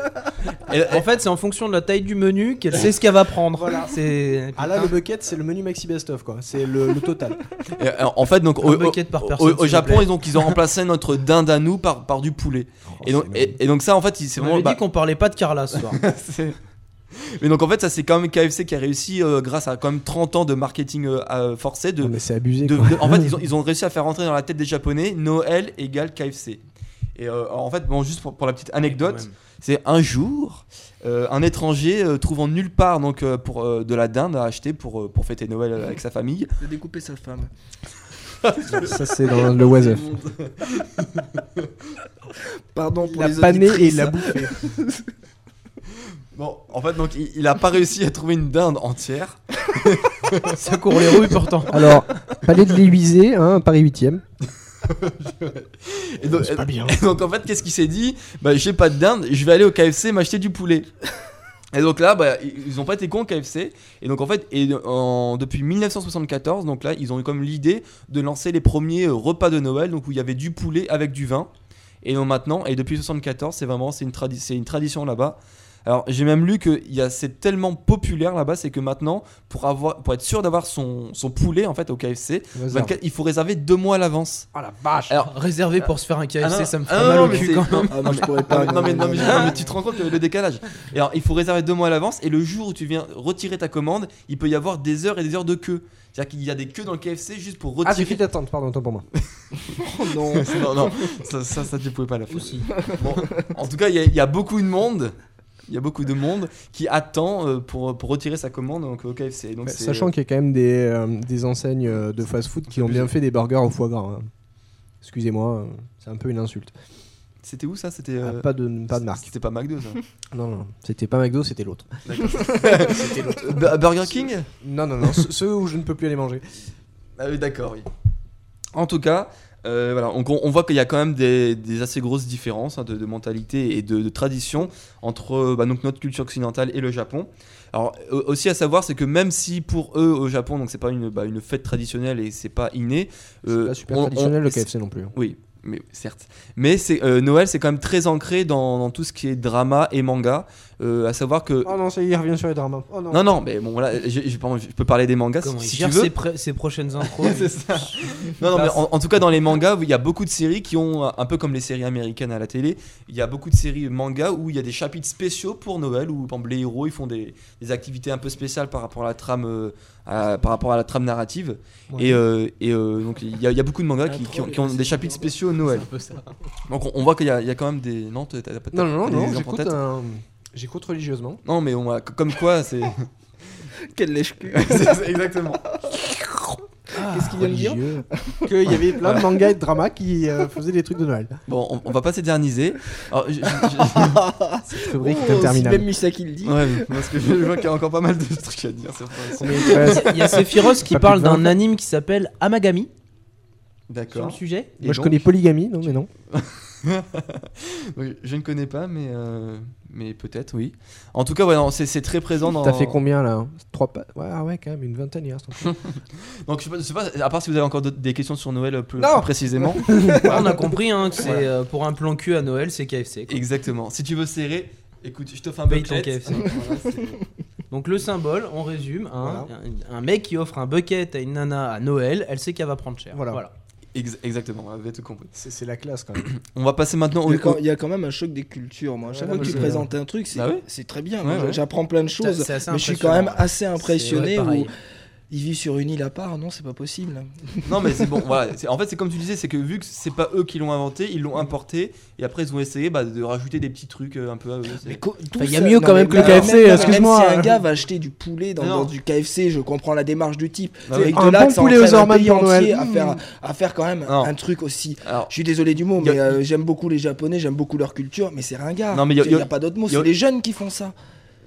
Speaker 1: Et-
Speaker 4: En fait, c'est en fonction de la taille du menu qu'elle sait ce qu'elle va prendre. C'est
Speaker 5: Ah là, le bucket, c'est le menu maxi best-of quoi. C'est le, le total.
Speaker 1: et- alors, en fait, donc,
Speaker 4: Un
Speaker 1: au,
Speaker 4: bucket
Speaker 1: au-
Speaker 4: par
Speaker 1: au-
Speaker 4: personne,
Speaker 1: au
Speaker 4: s'il vous
Speaker 1: Japon,
Speaker 4: plaît. Oh,
Speaker 1: ils ont, ils ont remplacé notre dinde à nous par, par du poulet. et, donc, et, et donc, ça, en fait, il- c'est
Speaker 4: On
Speaker 1: vraiment.
Speaker 4: avait
Speaker 1: bah,
Speaker 4: dit qu'on parlait pas de Carla ce soir.
Speaker 1: C'est- Mais donc en fait ça c'est quand même KFC qui a réussi euh, grâce à quand même 30 ans de marketing euh, à- forcé de,
Speaker 5: Non, mais c'est abusé.
Speaker 1: de-
Speaker 5: quoi.
Speaker 1: de- en fait ils ont, ils ont réussi à faire rentrer dans la tête des japonais Noël égale KFC. Et euh, alors, en fait bon juste pour, pour la petite anecdote c'est un jour euh, un étranger euh, trouvant nulle part donc euh, pour euh, de la dinde à acheter pour, euh, pour fêter Noël euh, avec sa famille
Speaker 3: De découper sa femme.
Speaker 5: Ça, c'est dans le was Up.
Speaker 3: Pardon pour
Speaker 5: La
Speaker 3: les
Speaker 5: panée et
Speaker 3: auditrices.
Speaker 5: la bouffée.
Speaker 1: Bon en fait donc il, il a pas réussi à trouver une dinde entière
Speaker 4: Ça court les rues pourtant.
Speaker 5: Alors, palais de l'Éluisé, hein, Paris 8ème.
Speaker 1: Et donc,
Speaker 5: C'est pas bien.
Speaker 1: et donc, en fait, qu'est-ce qu'il s'est dit Bah, j'ai pas de dinde, je vais aller au KFC m'acheter du poulet. Et donc là, bah, ils n'ont pas été cons KFC. Et donc en fait, et en- depuis 1974, donc là, ils ont eu comme l'idée de lancer les premiers euh, repas de Noël, donc où il y avait du poulet avec du vin. Et donc maintenant, et depuis 74, c'est vraiment c'est une, tradi- c'est une tradition là-bas. Alors j'ai même lu que il y a- c'est tellement populaire là-bas, c'est que maintenant, pour, avoir, pour être sûr d'avoir son, son poulet en fait au KFC,
Speaker 5: Au hasard.
Speaker 1: 24 il faut réserver deux mois à l'avance.
Speaker 5: Ah la vache
Speaker 4: Alors, réservé pour se faire un KFC,
Speaker 1: Ah non,
Speaker 4: ça me fait
Speaker 1: ah non,
Speaker 4: mal
Speaker 1: non,
Speaker 4: au
Speaker 1: mais
Speaker 4: cul
Speaker 1: c'est-
Speaker 4: quand même.
Speaker 5: Ah, moi, je pourrais
Speaker 1: Ah,
Speaker 5: pas,
Speaker 1: mais- non, mais, non, mais-
Speaker 5: non,
Speaker 1: non, mais tu te rends compte le décalage. Et alors, il faut réserver deux mois à l'avance et le jour où tu viens retirer ta commande, il peut y avoir des heures et des heures de queue. C'est-à-dire qu'il y a des queues dans le KFC juste pour
Speaker 5: Ah, suffit
Speaker 1: retirer.
Speaker 5: d'attendre, pardon, autant pour moi.
Speaker 3: non.
Speaker 1: non, non, ça, ça, ça, tu pouvais pas la faire. Bon, en tout cas, il y, a- il y a beaucoup de monde. Il y a beaucoup de monde qui attend euh, pour, pour retirer sa commande donc, au KFC. Donc,
Speaker 5: Bah,
Speaker 1: c'est-
Speaker 5: Sachant qu'il y a quand même des, euh, des enseignes euh, de fast-food qui ont bien fait des burgers au foie gras. hein. Excusez-moi, euh, c'est un peu une insulte.
Speaker 1: C'était où ça C'était.
Speaker 5: Ah,
Speaker 1: euh,
Speaker 5: pas, de, pas de marque.
Speaker 1: C'était pas McDo ça.
Speaker 5: Non, non, non. c'était pas McDo, c'était l'autre.
Speaker 1: Bu- Bah, Burger King
Speaker 5: Non, non, non, ce- ceux où je ne peux plus aller manger.
Speaker 1: Ah oui, d'accord, oui. En tout cas, euh, voilà, donc on, on voit qu'il y a quand même des, des assez grosses différences hein, de, de mentalité et de, de tradition entre euh, bah, donc notre culture occidentale et le Japon. Alors euh, aussi à savoir, c'est que même si pour eux au Japon, donc c'est pas une, bah, une fête traditionnelle et c'est pas inné, euh,
Speaker 5: C'est pas super
Speaker 1: on- on-
Speaker 5: traditionnel le KFC non plus. hein.
Speaker 1: oui, mais certes. Mais c'est euh, Noël, c'est quand même très ancré dans, dans tout ce qui est drama et manga. Euh, à savoir que
Speaker 5: Oh non, ça y est, il revient sur les dramas. Oh non.
Speaker 1: non, non, mais bon voilà, je, je pense- je peux parler des mangas
Speaker 4: Comment
Speaker 1: si,
Speaker 4: il
Speaker 1: si
Speaker 4: gère
Speaker 1: tu veux.
Speaker 4: ses, pré- ses prochaines intros
Speaker 1: C'est ça. Non, non, mais en, en tout cas, dans les mangas, il y a beaucoup de séries qui ont, un peu comme les séries américaines à la télé, il y a beaucoup de séries manga où il y a des chapitres spéciaux pour Noël, où par exemple, les héros ils font des, des activités un peu spéciales par rapport à la trame, euh, à- par rapport à la trame narrative.
Speaker 4: Ouais.
Speaker 1: Et, euh, et, euh, donc, il y, a- il y a beaucoup de mangas
Speaker 5: Ah,
Speaker 1: qui, qui ont, qui ont des chapitres spéciaux Noël. Donc, on, on voit qu'il y, a- il y a quand même des. Non, t'as- t'as pas-
Speaker 5: Non, non, non,
Speaker 1: t'as des
Speaker 5: non
Speaker 1: exemples en
Speaker 5: j'écoute euh.
Speaker 1: tête
Speaker 5: un- J'écoute religieusement.
Speaker 1: Non, mais on a- comme quoi, c'est.
Speaker 3: Quel lèche-cul.
Speaker 1: c'est- c'est- exactement.
Speaker 3: Qu'est-ce qu'il vient de dire
Speaker 5: Religieux. Qu'il y avait plein de mangas et de dramas qui euh, faisaient des trucs de Noël.
Speaker 1: Bon, on, on va pas s'éterniser. Alors, je- je- je-
Speaker 5: Rubrique
Speaker 3: Oh, si
Speaker 5: interminable.
Speaker 3: même Misaki le dit.
Speaker 1: Ouais, parce que je vois qu'il y a encore pas mal de trucs à dire. sur- sur-
Speaker 5: Ouais, c'est-
Speaker 4: Il y a Sephiroth qui
Speaker 5: Pas plus
Speaker 4: parle
Speaker 5: de vingt,
Speaker 4: d'un anime qui s'appelle Amagami sur le
Speaker 1: D'accord.
Speaker 4: sujet.
Speaker 1: Et
Speaker 5: Moi, je
Speaker 1: donc-
Speaker 5: connais polygamie, non, mais non.
Speaker 1: Oui, je ne connais pas, mais, euh, mais peut-être, oui. En tout cas, ouais, non, c'est c'est très présent dans.
Speaker 5: T'as fait combien là Trois pas Ouais, ah ouais, quand même, une vingtaine hier.
Speaker 1: Donc, je sais pas- je sais pas, à part si vous avez encore d'autres- des questions sur Noël euh, plus,
Speaker 5: Non
Speaker 1: plus précisément.
Speaker 3: Bah,
Speaker 4: on a compris hein, que c'est euh, pour un plan cul à Noël, c'est KFC. quoi.
Speaker 1: Exactement. Si tu veux serrer, écoute, je t'offre un
Speaker 4: Paye
Speaker 1: bucket. Euh,
Speaker 4: ton KFC.
Speaker 1: Voilà, c'est-
Speaker 4: Donc le symbole, on résume, hein, un, un mec qui offre un bucket à une nana à Noël, elle sait qu'elle va prendre cher.
Speaker 5: Voilà.
Speaker 4: Voilà.
Speaker 1: Ex- exactement, vous avez tout compris.
Speaker 5: C'est la classe quand même.
Speaker 1: On va passer maintenant au.
Speaker 3: Il y, a quand, il y a quand même un choc des cultures. Moi, à chaque
Speaker 5: Ouais,
Speaker 3: fois que
Speaker 5: non,
Speaker 3: tu
Speaker 5: mais
Speaker 3: présentes un truc, c'est
Speaker 1: Ah ouais
Speaker 3: c'est très bien.
Speaker 1: Ouais,
Speaker 3: Moi,
Speaker 1: ouais.
Speaker 3: J'apprends plein de choses.
Speaker 4: C'est assez
Speaker 3: Mais je suis quand même
Speaker 4: impressionnant.
Speaker 3: assez
Speaker 4: C'est
Speaker 3: impressionné
Speaker 4: vrai,
Speaker 3: où
Speaker 4: pareil.
Speaker 3: ils vivent sur une île à part. Non, c'est pas possible.
Speaker 1: Non, mais c'est bon, voilà. c'est- En fait, c'est comme tu disais, c'est que vu que c'est pas eux qui l'ont inventé, ils l'ont importé et après, ils ont essayé bah, de rajouter des petits trucs euh, un peu à eux. c'est-
Speaker 3: Mais co- tout
Speaker 4: Enfin, il y a
Speaker 3: ça-
Speaker 4: mieux
Speaker 3: non,
Speaker 4: quand même
Speaker 3: mais
Speaker 4: que le
Speaker 3: même-
Speaker 5: KFC,
Speaker 3: même-
Speaker 5: excuse-moi.
Speaker 3: même Si un gars va acheter du poulet dans,
Speaker 1: Non.
Speaker 3: dans du KFC, je comprends la démarche du type.
Speaker 1: Ah
Speaker 3: C'est
Speaker 1: oui.
Speaker 3: Avec
Speaker 5: Un
Speaker 3: de là
Speaker 5: bon
Speaker 3: que ça
Speaker 5: poulet aux
Speaker 3: entraîne un
Speaker 5: ormes
Speaker 3: pays
Speaker 5: pour Noël.
Speaker 3: entier à faire,
Speaker 4: Mmh.
Speaker 3: à faire quand même
Speaker 1: Non.
Speaker 3: un truc aussi.
Speaker 1: Alors,
Speaker 3: Je suis désolé du mot, mais
Speaker 1: Y a-
Speaker 3: euh, j'aime beaucoup les Japonais, j'aime beaucoup leur culture, mais c'est ringard.
Speaker 1: Non, mais y a-
Speaker 3: C'est- y
Speaker 1: y a-
Speaker 3: a pas d'autre mot.
Speaker 1: y a-
Speaker 3: C'est les jeunes qui font ça.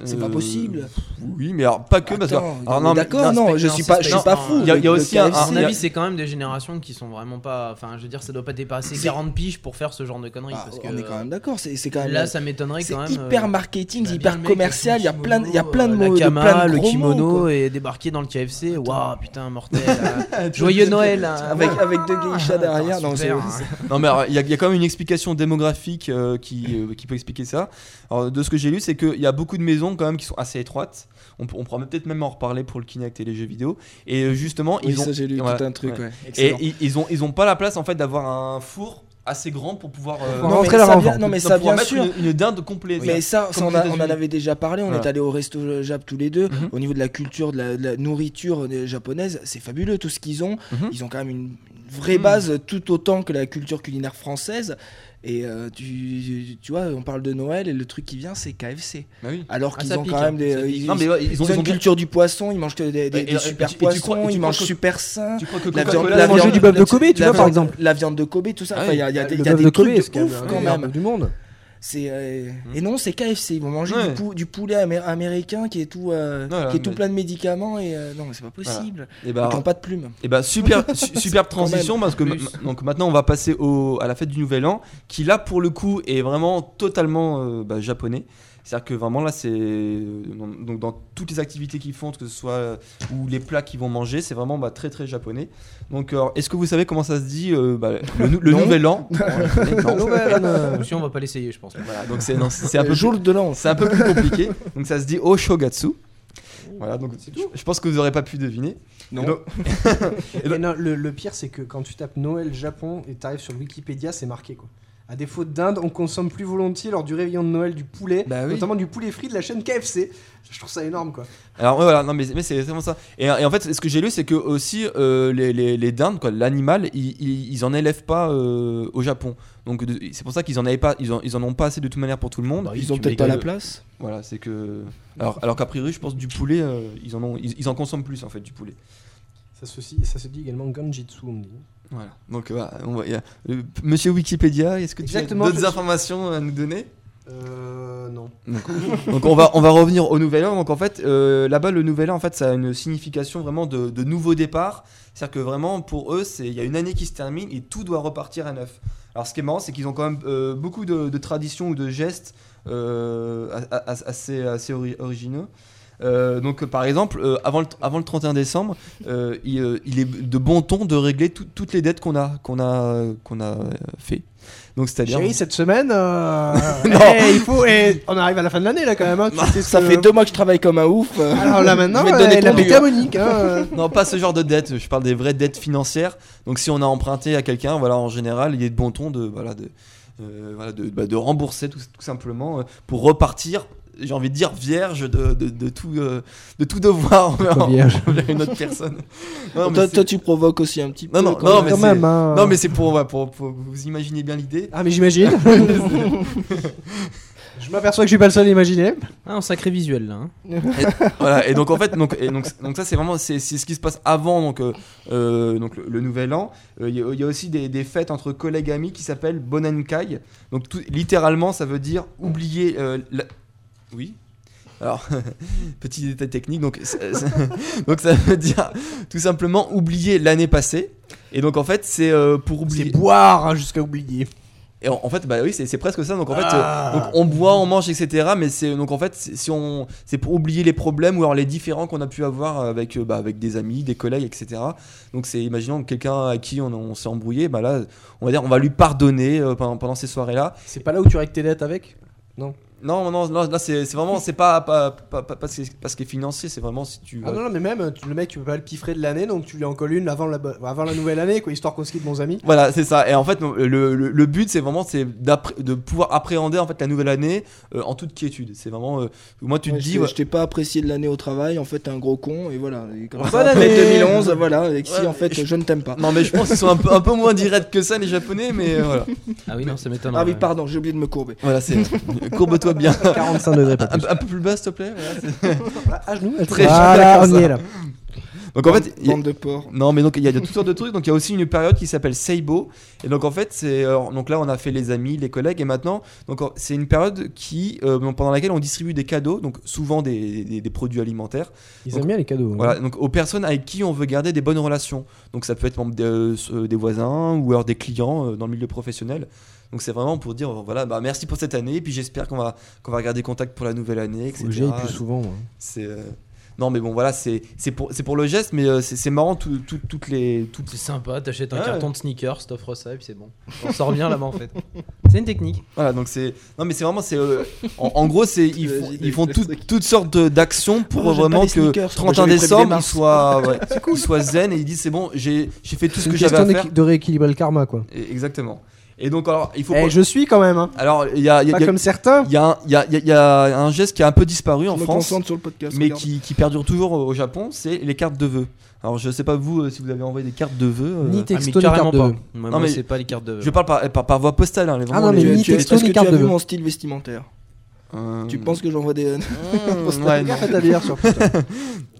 Speaker 3: C'est pas
Speaker 1: Euh,
Speaker 3: possible.
Speaker 1: Oui, mais alors pas que parce que.
Speaker 3: Attends,
Speaker 1: alors,
Speaker 3: on est
Speaker 1: mais-
Speaker 3: D'accord, non, je
Speaker 4: non,
Speaker 3: suis pas,
Speaker 4: c'est
Speaker 3: je suis
Speaker 4: pas-
Speaker 3: pas
Speaker 4: non,
Speaker 3: fou.
Speaker 4: il y a-
Speaker 1: il y a
Speaker 3: Le
Speaker 1: aussi un-
Speaker 4: À mon
Speaker 1: Il y a-
Speaker 4: avis, c'est quand même des générations qui sont vraiment pas. Enfin, je veux dire, ça doit pas dépasser 40 piges pour faire ce genre de conneries.
Speaker 3: Ah,
Speaker 4: parce que
Speaker 3: on est quand même d'accord, c'est c'est quand même. euh,
Speaker 4: là, ça m'étonnerait
Speaker 3: c'est
Speaker 4: quand même.
Speaker 3: hyper
Speaker 4: euh,
Speaker 3: marketing,
Speaker 4: bah,
Speaker 3: c'est
Speaker 4: bien,
Speaker 3: hyper
Speaker 4: le mec
Speaker 3: commercial. Il y a
Speaker 4: avec
Speaker 3: plein,
Speaker 4: son
Speaker 3: il y a plein de
Speaker 4: kimono,
Speaker 3: mots, de
Speaker 4: euh, la
Speaker 3: plein
Speaker 4: kama,
Speaker 3: de
Speaker 4: le
Speaker 3: gros
Speaker 4: kimono
Speaker 3: mots, quoi.
Speaker 4: et débarquer dans le KFC. Waouh, putain, mortel. euh, Joyeux Noël. hein.
Speaker 3: Avec avec deux
Speaker 4: Ah,
Speaker 3: geishas derrière, non, c'est.
Speaker 4: super, hein.
Speaker 1: Non mais alors, il y, a- il y a quand même une explication démographique euh, qui, euh, qui peut expliquer ça. Alors, de ce que j'ai lu, c'est qu'il y a beaucoup de maisons quand même qui sont assez étroites. On, peut- on pourra peut-être même en reparler pour le Kinect et les jeux vidéo. Et euh, justement,
Speaker 3: Oui,
Speaker 1: ils ont
Speaker 3: ça, j'ai lu
Speaker 1: voilà.
Speaker 3: tout un truc.
Speaker 1: Ouais.
Speaker 3: ouais.
Speaker 1: et
Speaker 3: Excellent.
Speaker 1: ils, ils ont ils ont pas la place en fait d'avoir un four assez grand pour pouvoir euh,
Speaker 5: Pour
Speaker 3: Non, mais
Speaker 5: rentrer la
Speaker 3: ça,
Speaker 5: rencontre.
Speaker 3: bien- non, mais
Speaker 1: pour
Speaker 3: ça,
Speaker 1: pouvoir
Speaker 3: bien
Speaker 1: mettre
Speaker 3: sûr.
Speaker 1: une, une dinde complète.
Speaker 3: Mais ça, ça,
Speaker 1: Comme
Speaker 3: on, a-
Speaker 1: aux
Speaker 3: on en
Speaker 1: États-Unis.
Speaker 3: avait déjà parlé, on
Speaker 1: Voilà.
Speaker 3: est allé au resto euh, Jap tous les deux.
Speaker 1: Mhm.
Speaker 3: Au niveau de la culture, de la, de la nourriture euh, japonaise, c'est fabuleux tout ce qu'ils ont.
Speaker 1: Mhm.
Speaker 3: Ils ont quand même une une vraie
Speaker 1: Mhm.
Speaker 3: base euh, tout autant que la culture culinaire française. Et euh, tu, tu vois, on parle de Noël et le truc qui vient, c'est KFC.
Speaker 1: Bah oui.
Speaker 3: Alors
Speaker 4: Ah,
Speaker 3: qu'ils
Speaker 4: ça
Speaker 3: ont
Speaker 4: pique,
Speaker 3: quand
Speaker 4: hein,
Speaker 3: même des.
Speaker 4: ça
Speaker 3: euh,
Speaker 4: pique.
Speaker 3: Ils,
Speaker 1: Non mais ouais, ils ont,
Speaker 3: ils ont
Speaker 1: ils ont
Speaker 3: une
Speaker 1: bien-
Speaker 3: culture du poisson, ils mangent que des, des-
Speaker 1: Et- euh,
Speaker 3: des
Speaker 1: et-
Speaker 3: super
Speaker 1: et tu- et tu
Speaker 3: poissons,
Speaker 1: crois- et tu
Speaker 3: ils
Speaker 1: crois
Speaker 3: mangent
Speaker 1: que-
Speaker 3: super sains.
Speaker 1: Tu crois que
Speaker 3: La
Speaker 1: Coca-Cola
Speaker 3: viande-
Speaker 5: Ils
Speaker 3: la
Speaker 5: ont mangé
Speaker 3: viande-
Speaker 5: du bœuf de
Speaker 3: la-
Speaker 5: Kobe, tu
Speaker 3: la
Speaker 5: vois, par
Speaker 3: viande-
Speaker 5: exemple.
Speaker 3: La viande de Kobe, tout ça.
Speaker 1: Ah
Speaker 3: Enfin,
Speaker 1: oui.
Speaker 3: il y a, il y a des,
Speaker 5: Le
Speaker 3: il y a
Speaker 5: bœuf
Speaker 3: des
Speaker 5: de Kobe,
Speaker 3: trucs
Speaker 5: c'est
Speaker 3: de ouf
Speaker 5: même
Speaker 3: quand
Speaker 5: la
Speaker 3: même.
Speaker 5: meilleure du monde.
Speaker 3: C'est euh,
Speaker 1: Hmm.
Speaker 3: et non, c'est KFC. Ils vont manger
Speaker 1: Ouais.
Speaker 3: du, pou- du poulet amé- américain qui est tout, euh,
Speaker 1: Voilà,
Speaker 3: qui est tout
Speaker 1: mais-
Speaker 3: plein de médicaments et euh, non, mais c'est pas possible.
Speaker 1: Et
Speaker 3: Ils
Speaker 1: bah,
Speaker 3: n'ont pas de plumes.
Speaker 1: Et bah super su- superbe
Speaker 3: Quand même.
Speaker 1: transition parce que ma-
Speaker 4: Plus.
Speaker 1: donc maintenant on va passer au, à la fête du Nouvel An qui là pour le coup est vraiment totalement euh, bah, japonais C'est-à-dire que vraiment là, c'est donc dans toutes les activités qu'ils font, que ce soit euh, ou les plats qu'ils vont manger, c'est vraiment bah, très très japonais. Donc, alors, est-ce que vous savez comment ça se dit euh, bah, le, nou- le
Speaker 2: Non.
Speaker 1: nouvel an Non.
Speaker 4: Monsieur, on va pas l'essayer, je pense.
Speaker 1: Voilà, donc c'est non, c'est c'est un peu
Speaker 3: Le jour de l'an.
Speaker 1: c'est un peu plus compliqué. Donc ça se dit Oshogatsu. Voilà, donc je, je pense que vous n'aurez pas pu deviner.
Speaker 3: Non.
Speaker 1: Donc, Et
Speaker 5: Et non, le, le pire, c'est que quand tu tapes Noël Japon et t'arrives sur Wikipédia, c'est marqué quoi. À défaut de dinde, on consomme plus volontiers lors du réveillon de Noël du poulet,
Speaker 1: Bah oui.
Speaker 5: notamment du poulet frit de la chaîne KFC. Je trouve ça énorme quoi.
Speaker 1: Alors ouais, voilà, non mais, mais c'est vraiment ça. Et, et en fait, ce que j'ai lu, c'est que aussi euh, les, les, les dindes, quoi, l'animal, ils, ils, ils en élèvent pas euh, au Japon. Donc de- c'est pour ça qu'ils en avaient pas, ils en, ils en ont pas assez de toute manière pour tout le monde.
Speaker 4: Bah oui,
Speaker 3: Ils ont
Speaker 4: tu
Speaker 3: peut-être pas la
Speaker 4: m'étonnes.
Speaker 3: place.
Speaker 1: Voilà, c'est que alors, alors qu'a priori, je pense du poulet, euh, ils en ont, ils, ils en consomment plus en fait du poulet.
Speaker 5: Ça se, si- ça se dit également Ganjitsu, on me dit.
Speaker 1: Voilà. Donc voilà, on va- il y a- euh, Monsieur Wikipédia, est-ce que
Speaker 5: Exactement,
Speaker 1: tu as d'autres
Speaker 5: je-
Speaker 1: informations à nous donner
Speaker 5: Euh. Non.
Speaker 1: Donc on va, on va revenir au Nouvel An. Donc en fait, euh, là-bas, le Nouvel An, en fait, ça a une signification vraiment de, de nouveau départ. C'est-à-dire que vraiment, pour eux, c'est- il y a une année qui se termine et tout doit repartir à neuf. Alors ce qui est marrant, c'est qu'ils ont quand même euh, beaucoup de, de traditions ou de gestes euh, a- a- assez, assez ori- originaux. Euh, donc euh, par exemple, euh, avant, le, avant le 31 décembre, euh, il, euh, il est de bon ton de régler tout- toutes les dettes qu'on a, qu'on a, qu'on a euh, fait. Donc c'est-à-dire...
Speaker 5: Chérie, cette semaine, euh,
Speaker 1: Non. Bah,
Speaker 5: eh, il faut. eh, on arrive à la fin de l'année là quand même. hein, tu sais ce
Speaker 3: Ça
Speaker 5: que-
Speaker 3: fait deux mois que je travaille comme un ouf. euh.
Speaker 5: Alors là maintenant,
Speaker 1: Je vais te
Speaker 5: euh,
Speaker 1: donner
Speaker 5: elle a
Speaker 1: ton
Speaker 5: pété
Speaker 1: dur.
Speaker 5: à Monique. hein, euh.
Speaker 1: Non, pas ce genre de dette. Je parle des vraies dettes financières. Donc, si on a emprunté à quelqu'un, voilà, en général, il est de bon ton de, voilà, de, euh, voilà, de, bah, de rembourser tout, tout simplement euh, pour repartir. J'ai envie de dire vierge de, de, de tout euh, de tout devoir envers,
Speaker 5: vierge
Speaker 1: envers une autre personne. Non, mais
Speaker 3: toi,
Speaker 1: c'est-
Speaker 3: toi, tu provoques aussi un petit peu.
Speaker 1: non, non,
Speaker 3: quand
Speaker 1: non,
Speaker 3: même.
Speaker 1: mais
Speaker 5: Quand
Speaker 1: c'est-
Speaker 5: même. hein.
Speaker 1: non, mais c'est pour, voilà, pour, pour- vous imaginez bien l'idée.
Speaker 5: Ah mais j'imagine. Je m'aperçois que je suis pas le seul à imaginer.
Speaker 4: Ah, un sacré visuel là. hein.
Speaker 1: voilà et donc en fait donc et donc, donc ça c'est vraiment c'est c'est ce qui se passe avant donc euh, euh, donc le, le nouvel an Euh, il y, a- il y a aussi des, des fêtes entre collègues amis qui s'appellent Bonankai donc tout- littéralement ça veut dire oublier euh, la- oui alors, petit détail technique, donc, c'est- c'est- donc ça veut dire tout simplement oublier l'année passée. Et donc en fait, c'est euh, pour
Speaker 5: C'est
Speaker 1: oublier.
Speaker 5: boire hein, jusqu'à oublier.
Speaker 1: Et en, en fait, bah oui, c'est c'est presque ça. Donc en fait,
Speaker 5: Ah.
Speaker 1: euh, donc, on boit, on mange, etc. Mais c'est donc en fait, c'est- si on, c'est pour oublier les problèmes ou alors les différends qu'on a pu avoir avec, euh, bah, avec des amis, des collègues, etc. Donc c'est, imaginons que quelqu'un à qui on, on s'est embrouillé, bah là, on va dire, on va lui pardonner euh, pendant, pendant ces soirées-là.
Speaker 5: C'est pas là où tu règles tes dettes avec
Speaker 1: Non, non, non, là c'est c'est vraiment, c'est pas pas, pas, pas, pas ce qui est- pas ce qui est financier, c'est vraiment si tu.
Speaker 5: Ah
Speaker 1: euh,
Speaker 5: non, non, mais même, tu- le mec, tu peux pas le piffrer de l'année, donc tu lui en colles une avant la, bo- avant la nouvelle année, quoi, histoire qu'on se quitte, bons amis.
Speaker 1: Voilà, c'est ça. Et en fait, le, le- le but, c'est vraiment c'est d'appré- de pouvoir appréhender en fait la nouvelle année euh, en toute quiétude. C'est vraiment, euh, moi, tu
Speaker 3: Ouais,
Speaker 1: te
Speaker 3: je
Speaker 1: dis,
Speaker 3: t'ai-
Speaker 1: ouais,
Speaker 3: je t'ai pas apprécié de l'année au travail, en fait, t'es un gros con, et voilà. Et comme
Speaker 1: Bonne
Speaker 3: ça, après
Speaker 1: année.
Speaker 3: 2011, voilà, et que si
Speaker 1: Ouais,
Speaker 3: en fait
Speaker 1: je-
Speaker 3: je, ne t'aime pas.
Speaker 1: Non, mais je pense qu'ils sont un peu, un peu moins directs que ça, les japonais, mais euh, voilà.
Speaker 4: Ah oui, non, ça m'étonne.
Speaker 3: Ah oui, pardon, j'ai oublié de me courber.
Speaker 1: Voilà, c'est. euh, Courbe-toi bien.
Speaker 5: 45 degrés, pas
Speaker 1: Un, un peu plus bas, s'il te plaît. voilà, c'est-
Speaker 5: À Ah, genoux, à
Speaker 1: Très
Speaker 5: genoux. Voilà,
Speaker 1: chacun
Speaker 5: on y est là.
Speaker 1: donc, en fait. il y a-
Speaker 3: Bande de porcs.
Speaker 1: Non, mais donc il y a de- toutes sortes de trucs. Donc il y a aussi une période qui s'appelle Seibo. Et donc en fait, c'est. euh, Donc là, on a fait les amis, les collègues. Et maintenant, donc en- c'est une période qui, euh, donc, pendant laquelle on distribue des cadeaux. Donc souvent des- des- des produits alimentaires.
Speaker 5: Ils
Speaker 1: Donc,
Speaker 5: aiment bien les cadeaux. hein.
Speaker 1: Voilà, donc aux personnes avec qui on veut garder des bonnes relations. Donc ça peut être par exemple, des, euh, s- euh, des voisins ou alors des clients euh, dans le milieu professionnel. Donc c'est vraiment pour dire euh, voilà bah merci pour cette année et puis j'espère qu'on va qu'on va garder contact pour la nouvelle année
Speaker 5: Faut que
Speaker 1: etc.
Speaker 5: j'aille plus souvent. moi.
Speaker 1: C'est euh, non mais bon voilà c'est c'est pour c'est pour le geste mais euh, c'est c'est marrant tout- tout- toutes les toutes
Speaker 4: C'est sympa, t'achètes un
Speaker 1: Ouais.
Speaker 4: carton de sneakers, t'offres ça et puis c'est bon. On sort bien là-bas en fait. Ah, C'est une technique.
Speaker 1: voilà donc c'est non mais c'est vraiment c'est euh, en, en gros c'est ils font,
Speaker 3: Vas-y,
Speaker 1: ils font
Speaker 3: vas-y.
Speaker 1: tout- toutes sortes de- d'actions pour
Speaker 3: Oh, j'aime pas
Speaker 1: vraiment
Speaker 3: les
Speaker 1: que
Speaker 3: sneakers.
Speaker 1: 31
Speaker 3: J'avais prévu des
Speaker 1: décembre ils
Speaker 3: Mars.
Speaker 1: soient ouais, ils soient zen et ils disent c'est bon j'ai j'ai fait tout ce
Speaker 5: C'est
Speaker 1: que
Speaker 5: une
Speaker 1: j'avais
Speaker 5: question
Speaker 1: à faire
Speaker 5: d'équi- de rééquilibrer le karma, quoi.
Speaker 1: Et- E, Exactement. Et donc alors il faut.
Speaker 5: Eh,
Speaker 1: pas-
Speaker 5: je suis quand même, hein.
Speaker 1: Alors il y a, il y a-
Speaker 5: Pas comme certains.
Speaker 1: il y a un- il y a- il y a- il y a un geste qui a un peu disparu en
Speaker 3: Je me
Speaker 1: France,
Speaker 3: concentre sur le podcast.
Speaker 1: mais
Speaker 3: regarde.
Speaker 1: qui, qui perdure toujours au au Japon, c'est les cartes de vœux. Alors je sais pas vous euh, si vous avez envoyé des cartes de vœux. euh,
Speaker 5: Ni
Speaker 4: Ah,
Speaker 5: texto, ni
Speaker 4: carrément
Speaker 5: carte de
Speaker 4: pas.
Speaker 5: vœux.
Speaker 1: Non,
Speaker 4: Moi, moi,
Speaker 1: mais-
Speaker 4: c'est pas les cartes de.
Speaker 1: Je parle par, par, par voie postale. hein, les- vraiment
Speaker 5: Ah non,
Speaker 1: les-
Speaker 5: mais
Speaker 3: Tu-
Speaker 5: ni
Speaker 3: tu-
Speaker 5: texto,
Speaker 3: Est-ce
Speaker 5: ni
Speaker 3: que tu
Speaker 5: carte
Speaker 3: as
Speaker 5: de
Speaker 3: vu
Speaker 5: vœux.
Speaker 3: mon style vestimentaire
Speaker 1: Euh,
Speaker 3: Tu penses que j'envoie des.
Speaker 1: Hmm,
Speaker 5: T'as
Speaker 1: ouais,
Speaker 5: bien
Speaker 1: non.
Speaker 5: fait ta bière sur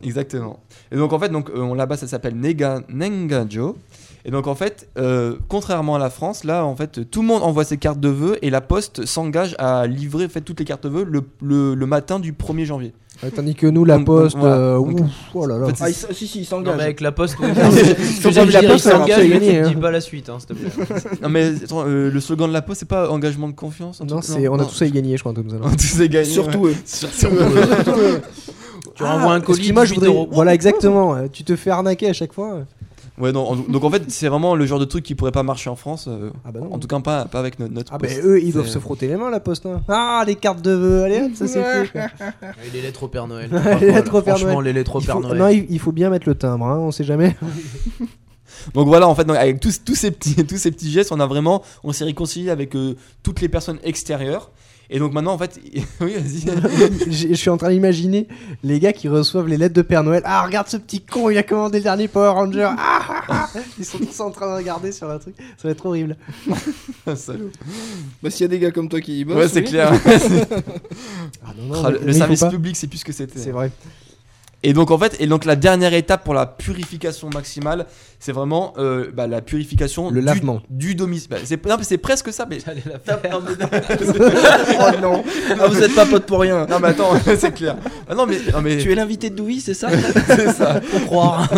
Speaker 1: Exactement. Et donc en fait, donc euh, on- là-bas, ça s'appelle Nega Nengajo. Et donc en fait, euh, contrairement à la France, là en fait, tout le monde envoie ses cartes de vœux et la Poste s'engage à livrer en fait, toutes les cartes de vœux le, le- le matin du 1er janvier.
Speaker 5: Ouais, tandis que nous, la
Speaker 1: Donc,
Speaker 5: poste,
Speaker 1: voilà.
Speaker 5: euh,
Speaker 1: Donc,
Speaker 5: ouf, oh là là.
Speaker 1: en fait,
Speaker 3: Ah, il s- si, si, il
Speaker 4: Non,
Speaker 3: s'engage.
Speaker 4: mais avec la poste, oui.
Speaker 5: pas
Speaker 4: Ils
Speaker 5: obligés de la poste, alors,
Speaker 4: s'engagent,
Speaker 5: c'est
Speaker 4: mais tu
Speaker 5: gagné,
Speaker 4: ne
Speaker 5: hein.
Speaker 4: dis pas la suite, hein, s'il te plaît.
Speaker 1: Non, mais attends, euh, le slogan de la peau, c'est pas engagement de confiance un
Speaker 5: Non,
Speaker 1: truc-
Speaker 5: c'est, on a
Speaker 1: non.
Speaker 5: tous à y gagner, je crois, un truc comme ça, non
Speaker 1: On a tous à gagner,
Speaker 3: Surtout eux.
Speaker 1: ouais. Surtout eux.
Speaker 4: Tu renvoies un colis,
Speaker 5: Excuse-moi, je
Speaker 4: 18
Speaker 5: voudrais...
Speaker 4: euros.
Speaker 5: Voilà, exactement. euh, Tu te fais arnaquer à chaque fois. euh.
Speaker 1: Ouais, non, en- donc en fait, c'est vraiment le genre de truc qui pourrait pas marcher en France. euh,
Speaker 5: Ah bah non.
Speaker 1: en tout cas, pas, pas avec notre, notre
Speaker 5: Ah bah
Speaker 1: poste.
Speaker 5: eux, ils doivent
Speaker 1: C'est-
Speaker 5: se frotter les mains, la poste. hein. Ah, les cartes de vœux, allez hop, ça c'est fait. quoi.
Speaker 4: Et Les lettres au Père Noël.
Speaker 5: Les lettres au Père
Speaker 4: Franchement,
Speaker 5: Noël.
Speaker 4: les lettres au
Speaker 5: Il
Speaker 4: Père
Speaker 5: faut-
Speaker 4: Noël.
Speaker 5: Non, il il faut bien mettre le timbre, hein, on sait jamais.
Speaker 1: Donc voilà, en fait, donc, avec tous, tous, ces petits, tous ces petits gestes, on a vraiment, on s'est réconcilié avec euh, toutes les personnes extérieures. Et donc maintenant, en fait, oui, vas-y.
Speaker 5: J'ai- Je suis en train d'imaginer les gars qui reçoivent les lettres de Père Noël. Ah, regarde ce petit con, il a commandé le dernier Power Ranger. Ah, ah, ah. Ils sont tous en train de regarder sur un truc. Ça va être horrible.
Speaker 1: Un salaud.
Speaker 3: Bah, s'il y a des gars comme toi qui y bossent.
Speaker 1: ouais, c'est
Speaker 3: oui.
Speaker 1: clair.
Speaker 5: Ah, non, non,
Speaker 1: Ah, le-
Speaker 5: mais- mais
Speaker 1: le
Speaker 5: il faut
Speaker 1: service
Speaker 5: pas.
Speaker 1: public, c'est plus ce que c'était.
Speaker 5: C'est vrai.
Speaker 1: Et donc en fait, et donc la dernière étape pour la purification maximale, c'est vraiment euh, bah, la purification
Speaker 5: Le
Speaker 1: du,
Speaker 5: lavement.
Speaker 1: du domicile. Bah, c'est non, mais c'est presque ça, mais
Speaker 4: Allez, la faire.
Speaker 3: Oh non. Ah, vous êtes pas potes pour rien.
Speaker 1: non mais attends, c'est clair. Ah, non mais non mais
Speaker 3: Tu es l'invité de Douy, c'est ça
Speaker 1: c'est ça.
Speaker 4: Faut croire.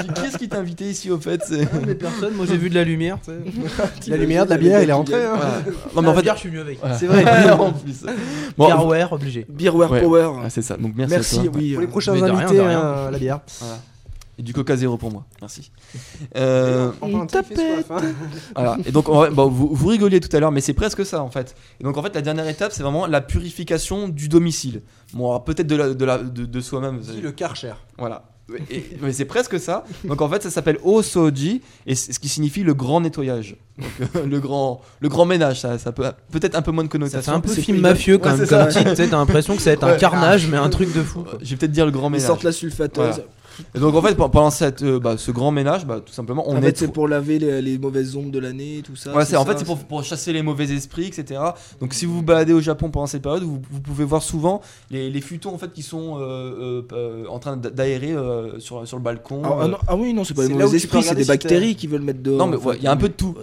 Speaker 1: Qui, qui est-ce qui t'a invité ici au fait C'est-
Speaker 4: Mais personne, moi j'ai vu de la lumière. tu sais.
Speaker 5: La lumière de la bière, il est rentré. hein.
Speaker 1: voilà. Non mais en
Speaker 4: La
Speaker 1: fait,
Speaker 4: bière, je suis mieux avec.
Speaker 1: voilà.
Speaker 5: C'est vrai.
Speaker 1: en plus. Bon,
Speaker 4: Carware, obligé.
Speaker 3: Beerware
Speaker 1: Ouais.
Speaker 3: Power.
Speaker 1: ah, c'est ça. Donc merci.
Speaker 3: Merci,
Speaker 1: à toi.
Speaker 3: oui.
Speaker 5: Pour
Speaker 3: euh,
Speaker 5: les prochains
Speaker 4: Mais de rien,
Speaker 5: invités,
Speaker 4: de rien.
Speaker 5: euh, la bière.
Speaker 1: Et du Coca Zéro pour moi. Merci. Euh,
Speaker 5: Prends pas un petit fais soif, hein.
Speaker 1: Voilà. Et donc, en vrai, bon, vous, vous rigoliez tout à l'heure, mais c'est presque ça en fait. Et donc, en fait, la dernière étape, c'est vraiment la purification du domicile. Bon, alors, peut-être de, la- de, la- de, de soi-même.
Speaker 5: Karcher.
Speaker 1: Voilà. Et- mais c'est presque ça. Donc, en fait, ça s'appelle Osoji, et c'est- ce qui signifie le grand nettoyage. Donc, euh, le, grand, le grand ménage, ça, ça peut peut-être un peu moins de
Speaker 4: Ça fait
Speaker 1: connotation.
Speaker 4: un peu
Speaker 1: C'est
Speaker 4: film
Speaker 1: plus-
Speaker 4: mafieux quand
Speaker 1: Ouais,
Speaker 4: même
Speaker 1: c'est ça.
Speaker 4: comme titre. tu sais, T'as l'impression que ça va être un
Speaker 1: Ouais.
Speaker 4: carnage, mais un truc de fou. quoi.
Speaker 1: Euh, Je vais peut-être dire le grand
Speaker 3: Ils
Speaker 1: ménage.
Speaker 3: sortent la sulfateuse.
Speaker 1: Et donc, en fait, pe- pendant cette, euh, bah, ce grand ménage, bah, tout simplement,
Speaker 4: Ah
Speaker 1: on
Speaker 3: en
Speaker 1: est.
Speaker 3: fait, c'est pour laver les, les mauvaises ondes de l'année, tout ça.
Speaker 1: Voilà, c'est- en
Speaker 3: ça,
Speaker 1: fait, c'est pour, pour chasser les mauvais esprits, etc. Donc, si vous vous baladez au Japon pendant cette période, vous, vous pouvez voir souvent les, les futons en fait, qui sont euh, euh, euh, en train d'a- d'aérer euh, sur, sur le balcon.
Speaker 3: Ah, ah
Speaker 1: euh.
Speaker 3: non, ah oui, non, c'est pas
Speaker 5: C'est
Speaker 3: des
Speaker 5: là où
Speaker 3: mauvais
Speaker 5: tu peux
Speaker 3: esprits, c'est
Speaker 5: regarder
Speaker 3: des
Speaker 5: si t'as-
Speaker 3: bactéries qui veulent mettre dehors.
Speaker 1: Non, mais
Speaker 3: en fait.
Speaker 1: ouais, il y a un peu de tout.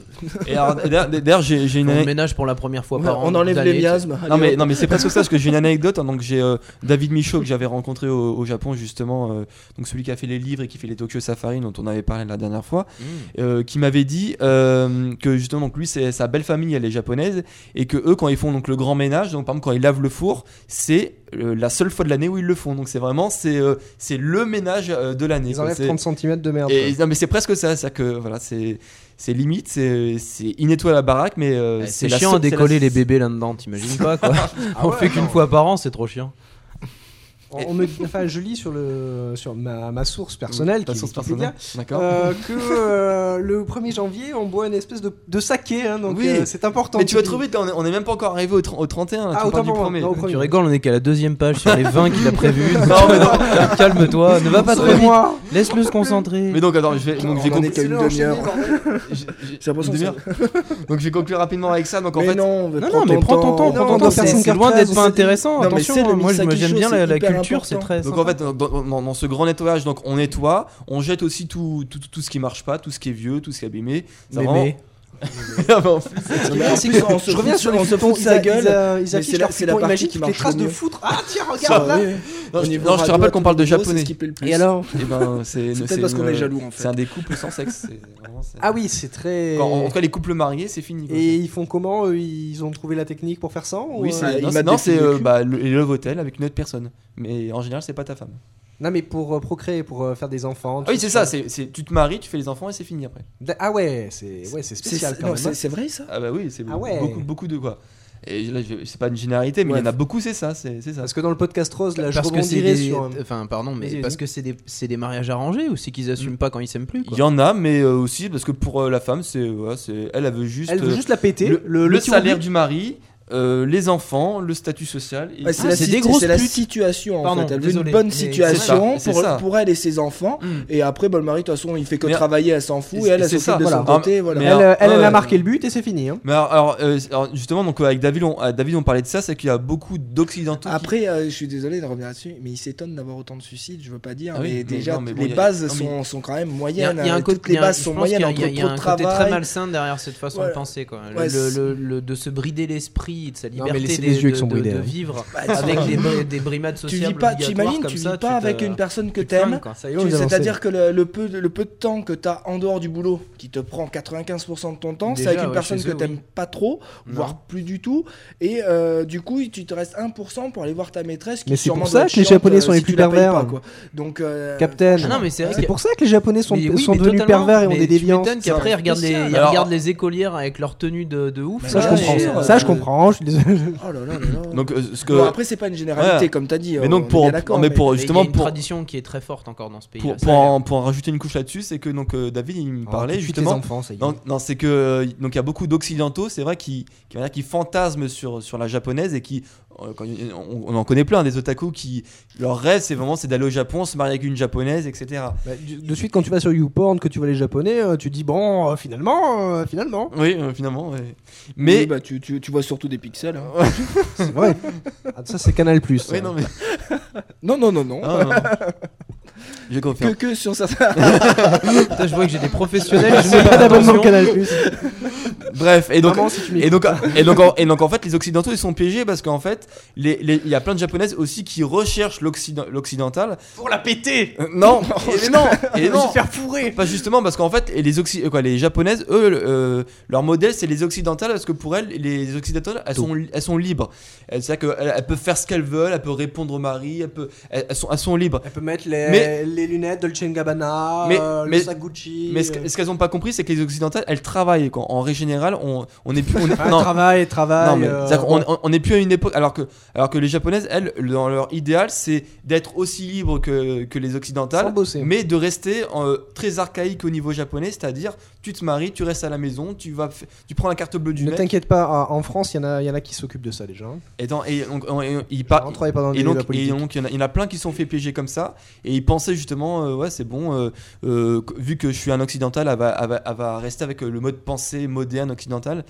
Speaker 1: Et alors, d'ailleurs, d'ailleurs, j'ai j'ai une
Speaker 4: On
Speaker 1: ane-
Speaker 4: ménage pour la première fois
Speaker 3: Ouais,
Speaker 4: par an.
Speaker 3: on enlève les
Speaker 4: d'année, tu sais.
Speaker 3: miasmes.
Speaker 1: Non
Speaker 3: allez,
Speaker 1: mais,
Speaker 3: hop.
Speaker 1: non mais c'est presque ça parce que j'ai une anecdote hein, donc j'ai euh, David Michaud que j'avais rencontré au, au Japon justement euh, donc celui qui a fait les livres et qui fait les Tokyo Safari dont on avait parlé la dernière fois
Speaker 4: Hmm.
Speaker 1: euh, qui m'avait dit euh, que justement donc lui c'est sa belle famille elle est japonaise et que eux quand ils font donc le grand ménage donc par exemple quand ils lavent le four c'est euh, la seule fois de l'année où ils le font donc c'est vraiment c'est euh, c'est le ménage euh, de l'année
Speaker 5: Ils
Speaker 1: quoi.
Speaker 5: enlèvent
Speaker 1: C'est-
Speaker 5: 30 cm de merde.
Speaker 1: et, non mais c'est presque ça, c'est que voilà c'est c'est limite c'est c'est ils nettoient la baraque mais euh,
Speaker 4: Eh, C'est
Speaker 1: la
Speaker 4: chiant
Speaker 1: seule-
Speaker 4: à
Speaker 1: c'est la-
Speaker 4: décoller les bébés là-dedans, t'imagines pas quoi On fait qu'une fois par an, c'est trop chiant.
Speaker 5: quoi. On- on me dit- enfin, je lis sur, le, sur ma, ma source personnelle,
Speaker 1: Mm. Ta
Speaker 5: qui-
Speaker 1: source
Speaker 5: qui fait
Speaker 1: personnelle. D'accord.
Speaker 5: Euh, que euh, le 1er janvier, on boit une espèce de, de saké, hein, donc
Speaker 1: Oui.
Speaker 5: euh, c'est important.
Speaker 1: Mais tu vas trouver, on est, on est même pas encore arrivé au, tr- au 31, là,
Speaker 5: Ah,
Speaker 1: tu
Speaker 5: autant
Speaker 1: parles du
Speaker 5: pour moi.
Speaker 1: premier.
Speaker 5: Non, au
Speaker 4: Tu
Speaker 5: premier.
Speaker 4: rigoles, on est qu'à la deuxième page sur les 20 qu'il a prévues.
Speaker 1: Non, mais non.
Speaker 4: Calme-toi, ne va pas trop vite.
Speaker 5: moi
Speaker 4: Laisse-le se concentrer.
Speaker 1: Mais donc, attends, je vais, donc, je vais
Speaker 3: On en est
Speaker 1: conclure,
Speaker 3: qu'à une demi-heure.
Speaker 1: j'ai- j'ai-
Speaker 3: J'ai l'impression que
Speaker 1: une
Speaker 3: ça-
Speaker 1: demi-heure. donc je vais conclure rapidement avec ça. Donc en
Speaker 3: Mais
Speaker 1: fait,
Speaker 3: non,
Speaker 4: Non, non, mais prends ton temps, prends ton temps. C'est
Speaker 5: personne
Speaker 4: c'est loin
Speaker 5: carcasse,
Speaker 4: d'être pas
Speaker 5: c'est-
Speaker 4: intéressant.
Speaker 3: Non, mais c'est
Speaker 4: Attention,
Speaker 3: le
Speaker 4: hein, moi je- moi,
Speaker 3: Misaki
Speaker 4: j'aime
Speaker 3: Show,
Speaker 4: bien la
Speaker 3: c'est
Speaker 4: la
Speaker 3: hyper
Speaker 4: culture, c'est
Speaker 3: important.
Speaker 4: très.
Speaker 1: donc
Speaker 4: sympa.
Speaker 1: en fait, dans, dans- dans- dans ce grand nettoyage, donc on nettoie, on jette aussi tout, tout, tout ce qui marche pas, tout ce qui est vieux, tout ce qui est abîmé. Ça rend-
Speaker 4: Mémé.
Speaker 1: Ah, bah, en fait,
Speaker 5: Je reviens sur les foutons,
Speaker 3: de sa
Speaker 5: Ils,
Speaker 3: gueule.
Speaker 5: a- ils,
Speaker 3: c'est
Speaker 5: affichent
Speaker 3: la-
Speaker 5: leurs
Speaker 3: c'est la
Speaker 5: foutons,
Speaker 3: partie
Speaker 5: imagine
Speaker 3: qui
Speaker 5: toutes les
Speaker 3: marche le
Speaker 5: traces de
Speaker 3: mieux.
Speaker 5: foutre. Ah tiens, regarde là
Speaker 1: non, je, non, je te rappelle qu'on parle de japonais.
Speaker 3: Et alors
Speaker 1: Eh ben, c'est
Speaker 3: C'est peut-être
Speaker 1: c'est
Speaker 3: parce qu'on
Speaker 1: une-
Speaker 3: est jaloux, en fait.
Speaker 1: C'est un des couples sans sexe. c'est vraiment- c'est-
Speaker 5: Ah oui, c'est très...
Speaker 1: Quand- en, en tout cas, les couples mariés, c'est fini. quoi.
Speaker 5: Et ils font comment eux Ils ont trouvé la technique pour faire ça ou,
Speaker 3: Oui,
Speaker 5: euh,
Speaker 3: c'est-
Speaker 1: non,
Speaker 3: il
Speaker 1: c'est-
Speaker 3: m'a
Speaker 1: non, c'est
Speaker 3: défini le
Speaker 1: euh,
Speaker 3: cul.
Speaker 1: bah, le le love hotel avec une autre personne. Mais en général, c'est pas ta femme.
Speaker 5: Non mais pour euh, procréer, pour euh, faire des enfants.
Speaker 1: Ah oui,
Speaker 5: tout
Speaker 1: c'est ça, c'est, c'est- tu te maries, tu fais les enfants et c'est fini après.
Speaker 5: D'a- Ah ouais, c'est ouais, c'est spécial
Speaker 3: C'est-
Speaker 5: quand
Speaker 3: non,
Speaker 5: même. hein.
Speaker 3: c'est- C'est vrai ça
Speaker 1: Ah bah oui, c'est
Speaker 5: Ah ouais.
Speaker 1: beaucoup, beaucoup de quoi. Et là, je- c'est pas une généralité, mais il
Speaker 3: Ouais.
Speaker 1: y en a beaucoup, c'est ça, c'est, c'est ça.
Speaker 5: Parce que dans le podcast Rose, là, je
Speaker 4: Parce que c'est
Speaker 5: rebondirais
Speaker 4: des.
Speaker 5: sur... euh,
Speaker 4: Enfin, pardon, mais
Speaker 5: Vas-y, vas-y.
Speaker 4: parce que c'est des, c'est des mariages arrangés ou c'est qu'ils assument pas quand ils s'aiment plus quoi.
Speaker 1: Il y en a, mais euh, aussi parce que pour euh, la femme, c'est, voilà, c'est, elle, elle veut juste,
Speaker 5: Elle veut
Speaker 1: euh,
Speaker 5: juste la péter.
Speaker 1: le,
Speaker 5: Le
Speaker 1: le
Speaker 5: le petit
Speaker 1: salaire du mari, euh, les enfants, le statut social. et-
Speaker 3: Ouais, C'est
Speaker 4: Ah,
Speaker 3: la
Speaker 4: c'est
Speaker 3: si-
Speaker 4: des grosses
Speaker 3: c'est la
Speaker 4: putes.
Speaker 3: situation en
Speaker 4: Pardon,
Speaker 3: fait. Elle veut
Speaker 4: désolé,
Speaker 3: une bonne
Speaker 4: mais c'est Mm.
Speaker 3: situation
Speaker 1: ça, c'est
Speaker 3: pour
Speaker 1: ça.
Speaker 3: pour elle et ses enfants.
Speaker 1: Hmm.
Speaker 3: Et après, bah, le mari, de toute façon, il fait que
Speaker 1: Mais-
Speaker 3: travailler, elle s'en fout.
Speaker 1: Et
Speaker 3: Et elle, elle
Speaker 1: c'est ça,
Speaker 3: s'occupe de son
Speaker 1: voilà.
Speaker 4: Ah,
Speaker 3: côté.
Speaker 5: Elle,
Speaker 1: Mais
Speaker 3: Voilà.
Speaker 1: alors-
Speaker 5: euh, elle, elle
Speaker 1: ouais.
Speaker 5: a marqué le but et c'est fini. Hein.
Speaker 1: Mais alors, alors, euh, alors, justement, donc, avec David on, euh, David, on parlait de ça, c'est qu'il y a beaucoup d'occidentaux. qui-
Speaker 3: Après, euh, je suis désolé de revenir là-dessus, mais il s'étonne d'avoir autant de suicides, je veux pas dire,
Speaker 1: Ah oui, mais
Speaker 3: mais déjà,
Speaker 1: non, mais bon, il y
Speaker 3: les
Speaker 1: a-
Speaker 3: bases
Speaker 1: non, mais-
Speaker 3: sont, sont quand même
Speaker 4: Il y a,
Speaker 3: moyennes.
Speaker 4: il y a un
Speaker 3: hein,
Speaker 4: côté,
Speaker 3: Toutes les
Speaker 4: il y a un-
Speaker 3: bases
Speaker 4: je
Speaker 3: sont
Speaker 4: pense qu'il y
Speaker 3: moyennes
Speaker 4: a-
Speaker 3: entre
Speaker 4: il y a
Speaker 3: trop
Speaker 4: un
Speaker 3: de
Speaker 4: côté très
Speaker 3: travail.
Speaker 4: malsain derrière cette façon
Speaker 3: Ouais.
Speaker 4: de penser. Quoi. Le-
Speaker 3: Ouais,
Speaker 4: le, le- le- de se brider l'esprit de sa
Speaker 5: Non,
Speaker 4: liberté
Speaker 5: mais c'est
Speaker 4: de-
Speaker 5: les yeux
Speaker 4: de-
Speaker 5: qui sont
Speaker 4: de-
Speaker 5: bridés,
Speaker 4: de
Speaker 5: ouais.
Speaker 4: vivre avec des, bri- des brimades
Speaker 7: Tu
Speaker 4: sociales
Speaker 7: vis pas, tu imagines, tu vis pas avec une personne que t'aimes.
Speaker 5: Ça y est,
Speaker 3: Tu-
Speaker 5: on est avancé.
Speaker 3: C'est-à-dire que le, le peu, de- le peu de temps que t'as en dehors du boulot, qui te prend 95% de ton temps, c'est
Speaker 4: Déjà,
Speaker 3: avec une
Speaker 4: ouais,
Speaker 3: personne
Speaker 4: chez
Speaker 3: que
Speaker 4: eux,
Speaker 3: t'aimes
Speaker 4: oui.
Speaker 3: pas trop,
Speaker 4: Non.
Speaker 3: voire plus du tout, et euh, du coup tu te restes 1% pour aller voir ta maîtresse. Qui
Speaker 5: Mais c'est
Speaker 3: sûrement
Speaker 5: pour ça
Speaker 3: doit être
Speaker 5: que les
Speaker 3: chiante,
Speaker 5: Japonais
Speaker 3: euh,
Speaker 5: sont
Speaker 3: si
Speaker 5: les plus
Speaker 3: tu la payes
Speaker 5: pervers.
Speaker 3: pas, quoi. Donc, euh,
Speaker 5: Captain.
Speaker 4: Ah non, mais c'est vrai
Speaker 5: C'est
Speaker 4: que-
Speaker 5: pour ça que les Japonais sont,
Speaker 4: Mais oui,
Speaker 5: sont
Speaker 4: mais
Speaker 5: devenus
Speaker 4: totalement,
Speaker 5: pervers et ont
Speaker 4: mais
Speaker 5: des déviances.
Speaker 4: Tu m'étonnes qu'après, ils regardent les, ils
Speaker 1: Alors-
Speaker 4: regardent les écolières avec leur tenue de, de ouf.
Speaker 5: Ça, je
Speaker 4: là,
Speaker 5: comprends.
Speaker 4: et,
Speaker 5: ça,
Speaker 4: euh,
Speaker 5: je comprends. Je suis désolé.
Speaker 3: oh là là là là.
Speaker 1: Donc, euh, ce que.
Speaker 3: Bon, après c'est pas une généralité
Speaker 1: Ouais.
Speaker 3: comme t'as dit.
Speaker 1: mais
Speaker 3: on
Speaker 1: donc,
Speaker 3: est
Speaker 1: pour,
Speaker 3: bien d'accord,
Speaker 1: non, mais
Speaker 3: mais-
Speaker 1: pour
Speaker 4: mais
Speaker 1: justement,
Speaker 4: il y a une
Speaker 1: pour,
Speaker 4: tradition qui est très forte encore dans ce pays.
Speaker 1: pour, pour en, pour en rajouter une couche là-dessus, c'est que donc euh, David il me parlait
Speaker 5: Oh,
Speaker 1: justement.
Speaker 5: tous tes enfants, ça y est.
Speaker 1: Non, non, c'est que euh, donc il y a beaucoup d'occidentaux, c'est vrai, qui, qui, on va dire, qui fantasment sur, sur la japonaise et qui euh, quand- on, on en connaît plein des otaku qui leur rêve c'est vraiment c'est d'aller au Japon, se marier avec une japonaise, etc.
Speaker 5: Bah, du- de suite, quand tu vas sur YouPorn, que tu vois les Japonais, euh, tu dis bon, euh, finalement, euh, finalement,
Speaker 1: Oui, euh, finalement. ouais.
Speaker 3: Oui,
Speaker 1: Mais
Speaker 3: bah, tu, tu- tu vois surtout des pixels. hein.
Speaker 5: c'est vrai. Ah, ça, c'est Canal Plus. Euh,
Speaker 1: oui, non, mais
Speaker 3: Non non non non.
Speaker 1: Ah, non, non. je
Speaker 3: Que,
Speaker 1: confirme.
Speaker 3: que sur certains.
Speaker 4: Putain, je vois que j'ai des professionnels.
Speaker 5: J'ai
Speaker 4: je fais
Speaker 5: pas d'abonnement
Speaker 4: attention.
Speaker 5: Canal Plus.
Speaker 1: Bref, et donc
Speaker 5: Maman, si tu
Speaker 1: Et
Speaker 5: m'écoutes.
Speaker 1: donc, et, donc en, et donc, en fait, les Occidentaux, ils sont piégés parce qu'en fait, les- les- il y a plein de Japonaises aussi qui recherchent l'Occident- l'occidental.
Speaker 7: Pour la péter
Speaker 1: Euh, non, et non, et non.
Speaker 7: faire fourrer
Speaker 1: Pas justement parce qu'en fait, et les, Occi- euh, quoi, les Japonaises, eux, le- euh, leur modèle, c'est les Occidentales parce que pour elles, les Occidentales, elles sont, elles sont libres. Elles- C'est-à-dire qu'elles elles peuvent faire ce qu'elles veulent, elles peuvent répondre au mari, elles, peuvent- elles- elles sont, elles sont libres.
Speaker 5: Elle peut mettre les,
Speaker 1: Mais-
Speaker 5: les lunettes Dolce Gabbana,
Speaker 1: Mais-
Speaker 5: euh, le
Speaker 1: mais-
Speaker 5: sac Gucci. euh.
Speaker 1: Mais ce que- ce qu'elles n'ont pas compris, c'est que les Occidentales, elles travaillent. Quoi. En règle générale, on, on est plus. on est-
Speaker 5: Ah,
Speaker 1: non.
Speaker 5: travail, travail.
Speaker 1: Non, mais
Speaker 5: euh,
Speaker 1: c'est-à-dire qu'on- on- on n'est plus à une époque. Alors que, alors que les japonaises, elles, dans leur idéal, c'est d'être aussi libres que, que les
Speaker 5: sans
Speaker 1: occidentales,
Speaker 5: bosser.
Speaker 1: mais de rester euh, très archaïque au niveau japonais, c'est-à-dire tu te maries, tu restes à la maison, tu, vas, f- tu prends la carte bleue du
Speaker 5: ne
Speaker 1: mec.
Speaker 5: t'inquiète pas, en- en France, il y, en a- il y en a qui s'occupent de ça déjà. hein.
Speaker 1: Et, dans- et donc, on- et- il
Speaker 5: On
Speaker 1: par-
Speaker 5: ne travaille pas dans le
Speaker 1: et
Speaker 5: milieu de
Speaker 1: donc,
Speaker 5: la
Speaker 1: et
Speaker 5: politique.
Speaker 1: donc, il y en a- il y, en a plein qui se sont fait piéger comme ça. Et ils pensaient justement, euh, ouais, c'est bon, euh, euh, qu- vu que je suis un occidental, elle va, elle va- elle va rester avec euh, le mode pensée moderne occidental.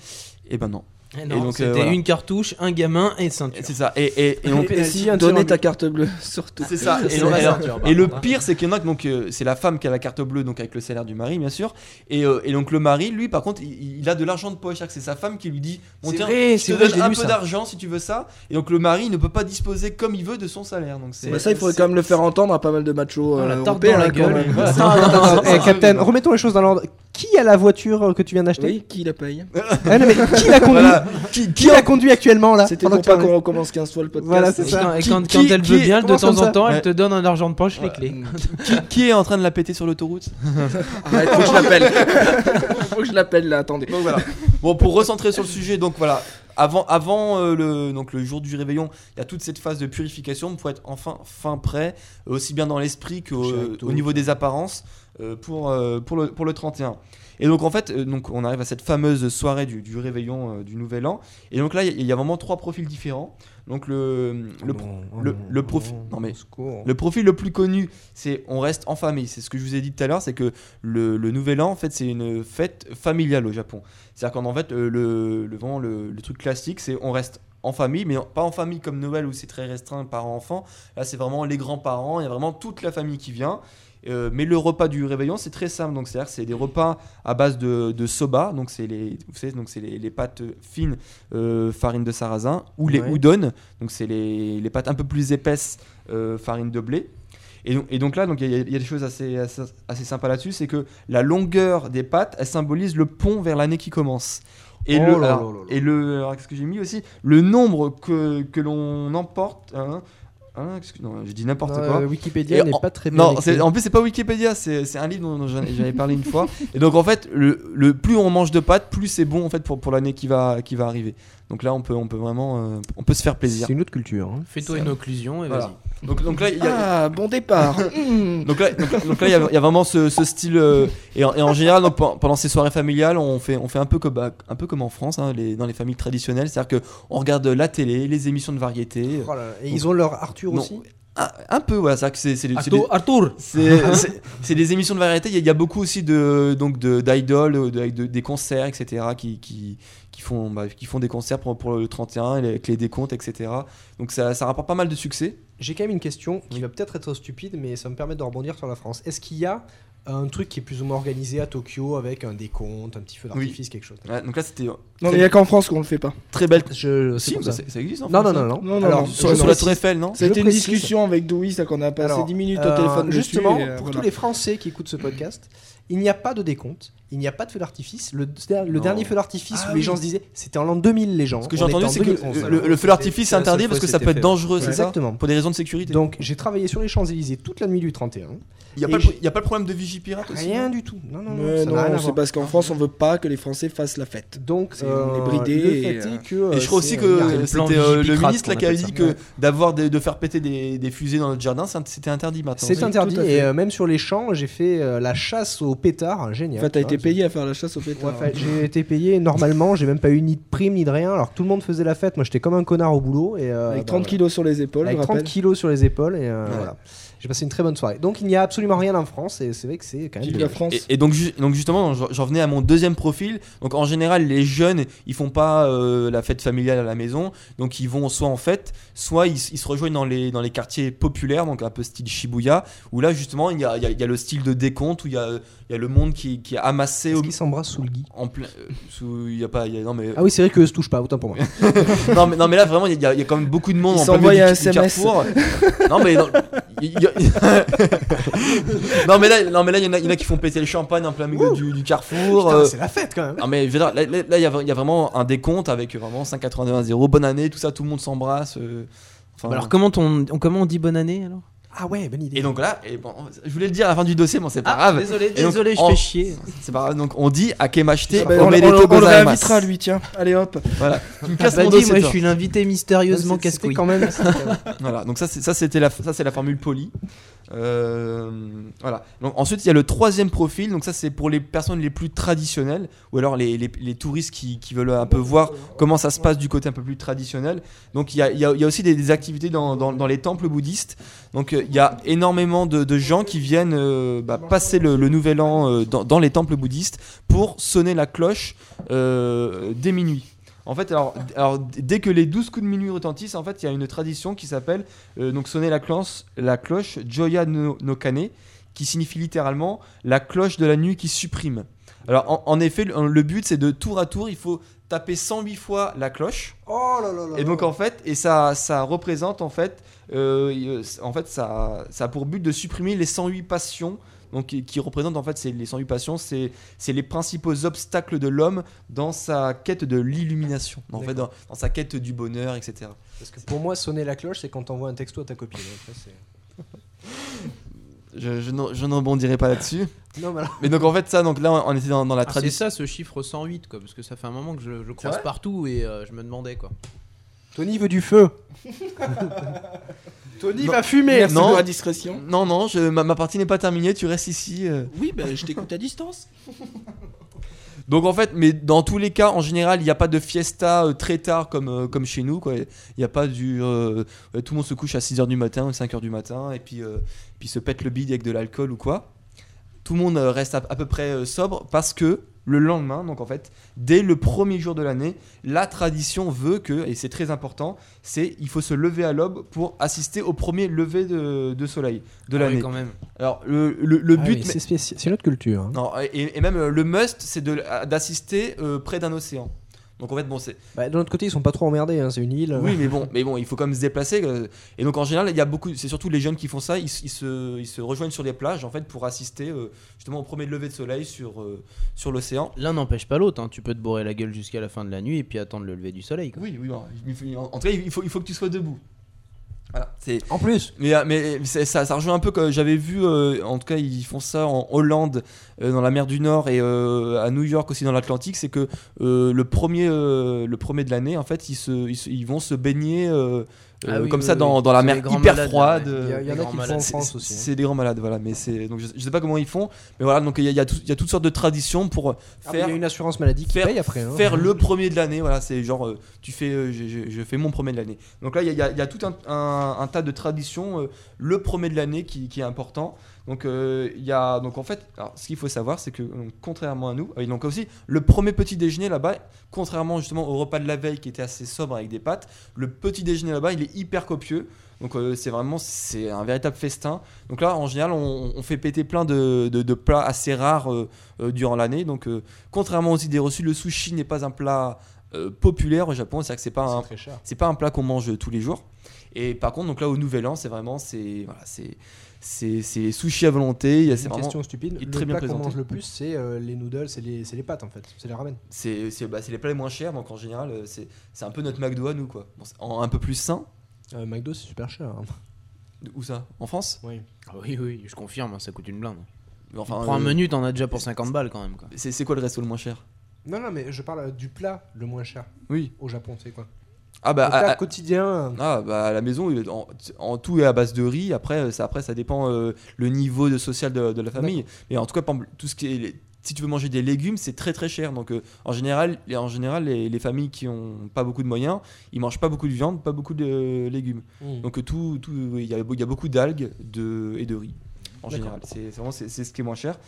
Speaker 1: Et ben non.
Speaker 4: Eh non,
Speaker 1: Et donc, euh,
Speaker 4: C'était
Speaker 1: voilà.
Speaker 4: une cartouche, un gamin et ceinture.
Speaker 1: C'est ça. Et, et- et on-
Speaker 3: Et si donner ta carte bleue surtout.
Speaker 1: C'est ça. Et,
Speaker 4: C'est la
Speaker 1: et- et
Speaker 4: ceinture, par
Speaker 1: le
Speaker 4: contre, hein.
Speaker 1: pire, c'est qu'il y en a que donc euh, c'est la femme qui a la carte bleue, donc avec le salaire du mari, bien sûr. Et, euh, et donc le mari, lui, par contre, il, il a de l'argent de poche. C'est-à-dire que C'est sa femme qui lui dit, bon
Speaker 5: C'est
Speaker 1: tiens,
Speaker 5: vrai,
Speaker 1: je te
Speaker 5: c'est vrai,
Speaker 1: donne
Speaker 5: j'ai
Speaker 1: un
Speaker 5: lu
Speaker 1: peu
Speaker 5: ça.
Speaker 1: d'argent si tu veux ça. Et donc le mari ne peut pas disposer comme il veut de son salaire. Donc c'est.
Speaker 3: Bah ça, il faudrait quand même le faire entendre à pas mal de machos
Speaker 4: Ah,
Speaker 3: euh,
Speaker 4: la tarte
Speaker 3: européens.
Speaker 4: dans la
Speaker 3: là, quand
Speaker 4: gueule.
Speaker 3: même.
Speaker 4: Voilà.
Speaker 5: Non, non, non, non, eh, Captain, remettons les choses dans l'ordre. Qui a la voiture euh, que tu viens d'acheter
Speaker 3: Oui, qui la paye
Speaker 5: Ah, non, mais Qui la conduit
Speaker 1: Voilà. qui,
Speaker 5: Qui la conduit actuellement là
Speaker 3: C'était
Speaker 5: pendant
Speaker 3: pour
Speaker 5: que tu
Speaker 3: pas
Speaker 5: parlais
Speaker 3: qu'on recommence 15 fois le podcast.
Speaker 5: Voilà, c'est
Speaker 4: Et
Speaker 5: ça.
Speaker 4: quand, et
Speaker 1: Qui-
Speaker 4: quand-
Speaker 1: qui-
Speaker 4: quand elle veut
Speaker 1: qui-
Speaker 4: bien, de
Speaker 5: commence comme
Speaker 4: temps en
Speaker 5: ça.
Speaker 4: temps,
Speaker 1: Ouais.
Speaker 4: elle te donne un argent de poche, les clés.
Speaker 1: qui- qui est en train de la péter sur l'autoroute
Speaker 3: Arrête, faut que je l'appelle. faut que je l'appelle là, attendez.
Speaker 1: Donc voilà. Bon, pour recentrer sur le sujet, donc voilà. Avant, avant euh, le, donc le jour du réveillon, il y a toute cette phase de purification pour être enfin fin prêt, euh, aussi bien dans l'esprit qu'au
Speaker 5: Toucher
Speaker 1: euh,
Speaker 5: avec tout.
Speaker 1: au niveau des apparences, euh, pour, euh, pour, le, pour le 31. Et donc en fait, euh, donc, on arrive à cette fameuse soirée du, du réveillon euh, du Nouvel An. Et donc là, il y a- il y, a vraiment trois profils différents. Donc le, le, le- le profil- non, mais- le profil le plus connu, c'est on reste en famille. C'est ce que je vous ai dit tout à l'heure, c'est que le, le Nouvel An, en fait, c'est une fête familiale au Japon. C'est-à-dire qu'en en fait, euh, le, le, vraiment, le, le truc classique, c'est on reste en famille, mais en- pas en famille comme Noël où c'est très restreint parents-enfants. Là, c'est vraiment les grands-parents, il y a vraiment toute la famille qui vient. Euh, mais le repas du réveillon, c'est très simple. Donc, c'est-à-dire que c'est des repas à base de, de soba, donc c'est les, vous savez, donc c'est les, les pâtes fines, euh, farine de sarrasin, ou les
Speaker 5: Ouais.
Speaker 1: udon, donc c'est les, les pâtes un peu plus épaisses, euh, farine de blé. Et donc, et donc là, donc il y, a- il y a des choses assez, assez, assez sympas là-dessus, c'est que la longueur des pâtes, elle symbolise le pont vers l'année qui commence. Et
Speaker 5: Oh
Speaker 1: le,
Speaker 5: là
Speaker 1: alors,
Speaker 5: là là là.
Speaker 1: et le, alors, qu'est-ce que j'ai mis aussi Le nombre que, que l'on emporte. Hein, hein, excuse- non, je dis n'importe quoi.
Speaker 5: Euh, Wikipédia
Speaker 1: Et
Speaker 5: n'est
Speaker 1: en-
Speaker 5: pas très bien.
Speaker 1: Non,
Speaker 5: écrit.
Speaker 1: c'est- en plus, c'est pas Wikipédia, c'est c'est un livre dont, dont j'en- j'avais parlé une fois. Et donc, en fait, le, le plus on mange de pâtes, plus c'est bon en fait pour, pour l'année qui va, qui va arriver. Donc là, on peut, on peut vraiment, euh, on peut se faire plaisir.
Speaker 5: C'est une autre culture. hein.
Speaker 4: Fais-toi une occlusion et
Speaker 1: Voilà.
Speaker 4: vas-y.
Speaker 1: Donc, donc là, il y a,
Speaker 3: Ah,
Speaker 5: Bah,
Speaker 3: bon départ. Hmm.
Speaker 1: donc là, donc, donc là, il y, a- il y a vraiment ce, ce style. euh, et, en, et en général, donc, pen- pendant ces soirées familiales, on fait, on fait un peu comme, bah, un peu comme en France, hein, les- dans les familles traditionnelles, c'est-à-dire que on regarde la télé, les émissions de variété.
Speaker 5: Oh là là, Et ils ont leur Arthur
Speaker 1: Non.
Speaker 5: aussi
Speaker 1: Un, un peu, voilà, c'est-à-dire que c'est c'est des- c'est des-
Speaker 4: Arthur, Arthur
Speaker 1: C'est- C'est c'est des émissions de variété. Il y, a- il y a beaucoup aussi de donc de d'idoles, euh, de- avec de- des concerts, etc. qui qui, qui font bah, qui font des concerts pour, pour le 31 et les- avec les décomptes, etc. Donc ça, ça rapporte pas mal de succès.
Speaker 5: J'ai quand même une question qui va peut-être être stupide, mais ça me permet de rebondir sur la France. Est-ce qu'il y a un truc qui est plus ou moins organisé à Tokyo avec un décompte, un petit feu d'artifice, quelque chose.
Speaker 1: Ouais, donc là, c'était euh,
Speaker 3: Non, mais il n'y a qu'en France qu'on le fait pas.
Speaker 1: très belle.
Speaker 5: Je, c'est
Speaker 1: Si,
Speaker 5: pour
Speaker 1: bah,
Speaker 5: ça.
Speaker 1: c'est- ça existe en
Speaker 5: Non, non,
Speaker 1: France,
Speaker 5: non,
Speaker 1: ça
Speaker 5: non,
Speaker 3: Non, non,
Speaker 5: Alors,
Speaker 3: non,
Speaker 5: je
Speaker 1: Sur, sur la
Speaker 5: précise-
Speaker 1: Tour Eiffel, non
Speaker 5: Je
Speaker 3: C'était une
Speaker 5: précise.
Speaker 3: discussion avec Doui, ça qu'on a passé
Speaker 5: Alors,
Speaker 3: 10 minutes
Speaker 5: euh,
Speaker 3: au téléphone. dessus,
Speaker 5: Justement,
Speaker 3: et, euh,
Speaker 5: pour tous
Speaker 3: voilà.
Speaker 5: les Français qui écoutent ce podcast, il n'y a pas de décompte, il n'y a pas de feu d'artifice. Le, le
Speaker 1: Non.
Speaker 5: dernier feu d'artifice
Speaker 3: Ah
Speaker 5: où
Speaker 3: oui.
Speaker 5: les gens se disaient, c'était en l'an 2000 les gens.
Speaker 1: Ce que j'ai
Speaker 5: On était
Speaker 1: entendu,
Speaker 5: en
Speaker 1: c'est que
Speaker 5: 2011,
Speaker 1: le-
Speaker 5: alors.
Speaker 1: le, le feu d'artifice
Speaker 4: C'est
Speaker 1: est
Speaker 4: la seule
Speaker 1: interdit
Speaker 4: fois
Speaker 1: parce
Speaker 4: que
Speaker 1: que ça
Speaker 4: c'était
Speaker 1: peut être
Speaker 4: fait.
Speaker 1: dangereux, c'est ça
Speaker 5: Exactement.
Speaker 1: Pour des raisons de sécurité.
Speaker 5: Donc j'ai travaillé sur les Champs-Élysées toute la nuit du 31.
Speaker 1: il n'y a,
Speaker 5: et
Speaker 1: pas le
Speaker 5: je-
Speaker 1: pro- y a pas le problème de Vigipirate aussi
Speaker 5: Rien du tout. Non, non, non,
Speaker 3: Mais
Speaker 5: ça n'a rien à
Speaker 3: non, c'est
Speaker 5: voir.
Speaker 3: parce qu'en France, on veut pas que les Français fassent la fête.
Speaker 5: Donc
Speaker 3: C'est- on est
Speaker 5: euh,
Speaker 3: bridé
Speaker 5: le
Speaker 3: et,
Speaker 5: fait
Speaker 3: euh,
Speaker 5: est que
Speaker 1: Et je crois aussi
Speaker 5: c'est- il y a-
Speaker 1: que
Speaker 4: le plan
Speaker 1: c'était euh, le
Speaker 4: Vigipirate
Speaker 1: ministre là
Speaker 4: qu'on
Speaker 1: qui avait
Speaker 4: appelle
Speaker 1: dit que d'avoir des- de faire péter des, des fusées dans notre jardin, c'est- c'était interdit maintenant.
Speaker 5: C'est
Speaker 3: tout
Speaker 5: interdit
Speaker 3: à fait.
Speaker 5: et euh, même sur les champs, j'ai fait euh, la chasse aux pétards, génial. Ah,
Speaker 3: Enfin, t'as
Speaker 5: tu
Speaker 3: été
Speaker 5: vois,
Speaker 3: payé à faire la chasse hein. au
Speaker 5: Ouais,
Speaker 3: pétard.
Speaker 5: fait, j'ai été payé normalement, j'ai même pas eu ni de prime ni de rien. Alors que tout le monde faisait la fête, moi j'étais comme un connard au boulot. Et, euh,
Speaker 3: Avec
Speaker 5: bah,
Speaker 3: 30
Speaker 5: voilà.
Speaker 3: kilos sur les épaules,
Speaker 5: Avec
Speaker 3: je
Speaker 5: 30
Speaker 3: rappelle.
Speaker 5: kilos sur les épaules. Et euh,
Speaker 1: Ouais.
Speaker 5: voilà. J'ai passé une très bonne soirée. Donc il n'y a absolument rien en France et c'est vrai que c'est quand même.
Speaker 3: Vive la
Speaker 5: dommage.
Speaker 3: France.
Speaker 1: Et, et donc, ju- donc justement, j'en j'en venais à mon deuxième profil. Donc en général, les jeunes, ils font pas euh, la fête familiale à la maison. Donc ils vont soit en fête, soit ils, s- ils se rejoignent dans les, dans les quartiers populaires, donc un peu style Shibuya, où là justement, il y a, il y a- il y a le style de décompte, où il y a, il y a le monde qui, qui est amassé
Speaker 5: Est-ce
Speaker 1: au...
Speaker 5: qu'ils s'embrassent sous le gui
Speaker 1: En plein, euh, sous- il y a pas, il y a- non mais,
Speaker 5: Ah oui, c'est vrai qu'eux se touchent pas, autant pour
Speaker 1: Euh,
Speaker 5: moi.
Speaker 1: non mais, non, mais là vraiment, il y, a, il y a quand même beaucoup de monde
Speaker 3: Ils
Speaker 1: en plein
Speaker 3: s'envoient
Speaker 1: milieu du-
Speaker 3: un
Speaker 1: du
Speaker 3: SMS.
Speaker 1: carrefour. non mais, non, il y a- non mais là, non mais là, il y en a, il y en a qui font péter le champagne en plein milieu
Speaker 5: Ouh.
Speaker 1: du, du carrefour.
Speaker 5: Putain,
Speaker 1: euh,
Speaker 5: c'est la fête quand même.
Speaker 1: non mais je veux dire, là, là, là, il y, a- il y a vraiment un décompte avec euh, vraiment 5,91,0, bonne année, tout ça, tout le monde s'embrasse. euh, enfin,
Speaker 4: Bah alors comment on, on- comment on dit bonne année alors
Speaker 5: Ah ouais, bonne idée.
Speaker 1: et donc là, et bon, je voulais le dire à la fin du dossier, mais c'est pas
Speaker 3: Ah,
Speaker 1: grave.
Speaker 4: Désolé,
Speaker 1: donc,
Speaker 4: désolé, je
Speaker 1: en-
Speaker 4: fais chier.
Speaker 1: C'est pas grave. Donc on dit à Kemachete,
Speaker 3: Ah bah, on,
Speaker 1: on met
Speaker 3: on-
Speaker 1: les
Speaker 3: on
Speaker 1: togos
Speaker 3: le
Speaker 1: à la
Speaker 3: réinvitera,
Speaker 1: masse.
Speaker 3: lui, tiens. Allez hop.
Speaker 1: Voilà. Tu me
Speaker 4: Ah
Speaker 1: casses
Speaker 4: bah
Speaker 1: mon
Speaker 4: dis,
Speaker 1: dossier,
Speaker 4: moi je
Speaker 1: toi.
Speaker 4: suis l'invité mystérieusement casse-couille.
Speaker 5: quand même.
Speaker 1: Voilà. Donc ça, c'est- ça c'était la, ça c'est la formule polie. Euh, voilà. Donc ensuite il y a le troisième profil. Donc ça c'est pour les personnes les plus traditionnelles ou alors les, les- les touristes qui, qui veulent un peu voir comment ça se passe du côté un peu plus traditionnel. Donc il y a, il y a- il y a aussi des, des activités dans, dans- dans les temples bouddhistes. Donc euh, il y a énormément de, de gens qui viennent euh, bah, passer le, le nouvel an euh, dans, dans les temples bouddhistes pour sonner la cloche euh, dès minuit. En fait, alors, alors, dès que les 12 coups de minuit retentissent, en fait, il y a une tradition qui s'appelle euh, donc sonner la cloche, la cloche Joya no, no Kane, qui signifie littéralement la cloche de la nuit qui supprime. Alors, en, en effet, le, le but c'est de tour à tour, il faut taper 108 fois la cloche.
Speaker 5: Oh là là là.
Speaker 1: Et donc en fait, et ça, ça représente en fait, euh, en fait ça, ça a pour but de supprimer les 108 passions. Donc qui qui représentent en fait c'est les 108 passions, c'est c'est les principaux obstacles de l'homme dans sa quête de l'illumination, en fait dans, dans sa quête du bonheur, etc.
Speaker 5: Parce que pour moi, sonner la cloche, c'est quand t'envoies un texto à ta copine. Après, c'est-
Speaker 1: Je, je n'en- je ne rebondirai pas là-dessus.
Speaker 5: non, mais alors-
Speaker 1: Mais donc en fait ça, donc là on on était dans, dans la
Speaker 4: Ah, c'est
Speaker 1: tradition.
Speaker 4: ça ce chiffre 108 quoi, parce que ça fait un moment que je, je croise
Speaker 1: vrai
Speaker 4: partout et euh, je me demandais quoi.
Speaker 5: Tony veut du feu.
Speaker 3: Tony
Speaker 1: Non.
Speaker 3: va fumer.
Speaker 1: Merci
Speaker 3: non.
Speaker 1: de la
Speaker 3: discrétion.
Speaker 1: Non non, je- ma, ma partie n'est pas terminée, tu restes ici. euh.
Speaker 3: Oui, bah, je t'écoute à distance.
Speaker 1: Donc en fait, mais dans tous les cas, en général, il n'y a pas de fiesta euh, très tard comme, euh, comme chez nous. quoi. Il n'y a pas du... euh, euh, tout le monde se couche à 6h du matin ou 5h du matin et puis, euh, puis se pète le bide avec de l'alcool ou quoi. Tout le monde euh, reste à, à peu près euh, sobre parce que le lendemain, donc en fait, dès le premier jour de l'année, la tradition veut que, et c'est très important, c'est il faut se lever à l'aube pour assister au premier lever de, de soleil de
Speaker 4: Ah oui,
Speaker 1: l'année.
Speaker 4: quand même.
Speaker 1: Alors le, le- le
Speaker 5: Ah
Speaker 1: but...
Speaker 5: oui,
Speaker 1: mais-
Speaker 5: c'est spéci- c'est une autre culture. hein.
Speaker 1: non, et, et même euh, le must, c'est de- à- d'assister euh, près d'un océan. Donc en fait, bon, c'est.
Speaker 5: Bah, de l'autre côté, ils sont pas trop emmerdés. hein, C'est une île.
Speaker 1: Oui, mais bon, mais bon, il faut quand même se déplacer. euh, Et donc en général, il y a beaucoup. C'est surtout les jeunes qui font ça. Ils, se- ils se, ils se rejoignent sur les plages en fait pour assister euh, justement au premier lever de soleil sur euh, sur l'océan.
Speaker 4: L'un n'empêche pas l'autre, hein. tu peux te bourrer la gueule jusqu'à la fin de la nuit et puis attendre le lever du soleil. quoi.
Speaker 1: Oui, oui. bon, il faut- en, en tout cas, il faut il faut que tu sois debout. Voilà. C'est.
Speaker 5: En plus,
Speaker 1: Mais, euh, mais c'est- ça, ça rejoint un peu que j'avais vu, euh, en tout cas ils font ça en Hollande, euh, dans la mer du Nord et euh, à New York aussi dans l'Atlantique, c'est que euh, le, premier, euh, le premier de l'année, en fait, ils, se, ils, se- ils vont se baigner euh,
Speaker 4: Ah
Speaker 1: euh,
Speaker 4: oui,
Speaker 1: comme
Speaker 4: oui,
Speaker 1: ça
Speaker 4: oui.
Speaker 1: dans, dans la
Speaker 4: C'est
Speaker 1: mer
Speaker 4: les grands
Speaker 1: hyper
Speaker 4: malades,
Speaker 1: froide. euh,
Speaker 4: là, ouais.
Speaker 5: il y, a- il y en
Speaker 4: Les
Speaker 5: a
Speaker 4: grands
Speaker 5: qui le font en
Speaker 4: malades,
Speaker 5: France aussi. hein.
Speaker 1: C'est des grands malades, voilà. Mais c'est donc je, je sais pas comment ils font, mais voilà. Donc il y, a- il y a tout- il y a toutes sortes de traditions pour
Speaker 5: Ah, mais
Speaker 1: faire
Speaker 5: Il y a une assurance maladie qui
Speaker 1: faire-
Speaker 5: paye après. hein.
Speaker 1: faire le premier de l'année. Voilà, c'est genre, euh, tu fais, euh, je, je- je fais mon premier de l'année. Donc là, il y a, il y a- il y a tout un, un- un tas de traditions. euh, le premier de l'année qui, qui est important. Donc, euh, il y a, donc en fait, alors, ce qu'il faut savoir, c'est que donc, contrairement à nous, euh, ils ont aussi le premier petit déjeuner là-bas, contrairement justement au repas de la veille qui était assez sobre avec des pâtes, le petit déjeuner là-bas, il est hyper copieux. Donc euh, c'est vraiment c'est un véritable festin. Donc là, en général, on, on fait péter plein de, de- de plats assez rares euh, euh, durant l'année. Donc euh, contrairement aux idées reçues, le sushi n'est pas un plat euh, populaire au Japon. C'est-à-dire que c'est pas un,
Speaker 5: très cher.
Speaker 1: c'est pas un plat qu'on mange tous les jours. Et par contre, donc là, au Nouvel An, c'est vraiment c'est voilà, c'est c'est c'est sushi à volonté. Il y a- c'est
Speaker 5: C'est une
Speaker 1: vraiment-
Speaker 5: question stupide.
Speaker 1: il est
Speaker 5: Le
Speaker 1: très bien
Speaker 5: plat qu'on
Speaker 1: présenté.
Speaker 5: mange le plus, c'est euh, les noodles, c'est les, c'est les pâtes en fait, c'est les ramen.
Speaker 1: c'est c'est bah, c'est les plats les moins chers. Donc en général, euh, c'est c'est un peu notre McDo à nous quoi. Bon, c'est en- un peu plus sain.
Speaker 5: Euh, McDo, c'est super cher. hein.
Speaker 1: Où ça En France
Speaker 4: Ah Oui, oui, je confirme, hein, ça coûte une blinde.
Speaker 1: Enfin,
Speaker 4: Prends un
Speaker 1: euh,
Speaker 4: menu, t'en as déjà pour 50 balles quand même. Quoi.
Speaker 1: C'est c'est quoi le resto le moins cher
Speaker 5: Non, non, mais je parle euh, du plat le moins cher
Speaker 1: Oui.
Speaker 5: au Japon, c'est quoi
Speaker 1: Ah bah
Speaker 5: Le plat
Speaker 1: à- à-
Speaker 5: quotidien.
Speaker 1: Ah bah à la maison il- en, en tout est à base de riz après euh, ça après ça dépend euh, le niveau de social de, de la famille mais en tout cas par exemple, tout ce qui est les- si tu veux manger des légumes c'est très très cher donc euh, en général les- en général les, les familles qui ont pas beaucoup de moyens ils mangent pas beaucoup de viande pas beaucoup de euh, légumes
Speaker 5: Mm.
Speaker 1: donc euh, tout tout il y a, il y a beaucoup d'algues de et de riz en général c'est c'est vraiment c'est c'est ce qui est moins cher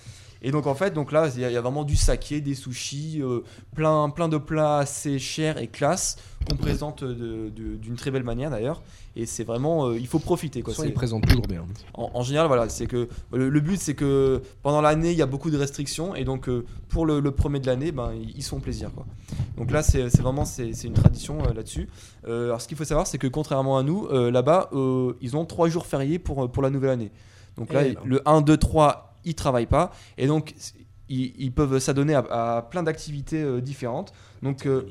Speaker 1: et donc en fait donc là il y, a- il y a vraiment du saké des sushis euh, plein plein de plats assez chers et classe qu'on présente de- de- d'une très belle manière d'ailleurs et c'est vraiment euh, il faut profiter quoi
Speaker 5: Soit
Speaker 1: C'est-
Speaker 5: ils présentent toujours bien.
Speaker 1: en, en général voilà c'est que le, le but c'est que pendant l'année il y a beaucoup de restrictions et donc euh, pour le, le premier de l'année ben ils ils sont au plaisir quoi donc là c'est c'est vraiment c'est c'est une tradition euh, là-dessus Euh, alors ce qu'il faut savoir c'est que contrairement à nous euh, là-bas euh, ils ont trois jours fériés pour euh, pour la nouvelle année donc là
Speaker 5: Eh
Speaker 1: il-
Speaker 5: ben.
Speaker 1: le 1 2 3 ils travaillent pas et donc c'est- ils, ils peuvent s'adonner à, à plein d'activités euh, différentes donc euh,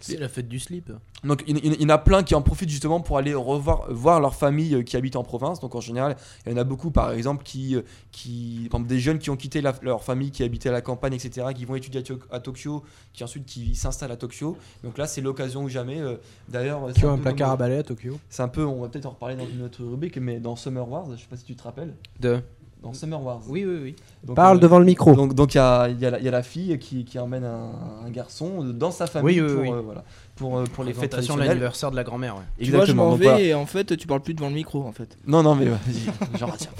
Speaker 4: C'est la fête du slip.
Speaker 1: donc il, il- il y en a plein qui en profitent justement pour aller revoir voir leur famille euh, qui habite en province. Donc en général, il y en a beaucoup par exemple qui euh, qui par exemple, des jeunes qui ont quitté la- leur famille qui habitait à la campagne etc. qui vont étudier à, Tok- à Tokyo, qui ensuite qui s'installent à Tokyo. Donc là c'est l'occasion ou jamais. euh, D'ailleurs, c'est
Speaker 5: Qui ont un
Speaker 1: peu
Speaker 5: placard à
Speaker 1: comme-
Speaker 5: balai à Tokyo
Speaker 1: C'est un peu on va peut-être en reparler dans une autre rubrique, mais dans Summer Wars, je sais pas si tu te rappelles.
Speaker 4: De.
Speaker 1: Dans Summer Wars.
Speaker 4: Oui, oui, oui.
Speaker 1: Donc,
Speaker 5: Euh, Parle
Speaker 1: euh,
Speaker 5: devant le micro.
Speaker 1: donc donc il y a, il y a la- il y a la fille qui, qui emmène un, un garçon dans sa famille
Speaker 4: Oui, oui,
Speaker 1: pour
Speaker 4: oui.
Speaker 1: euh, voilà pour euh, pour les fêtes
Speaker 4: Présentation de
Speaker 1: traditionnelles.
Speaker 4: l'anniversaire de la grand-mère, ouais.
Speaker 3: Tu vois, je m'en
Speaker 1: donc
Speaker 3: vais
Speaker 1: voilà.
Speaker 3: et en fait, tu parles plus devant le micro en fait.
Speaker 1: Non, non, mais vas-y, j'en retiens.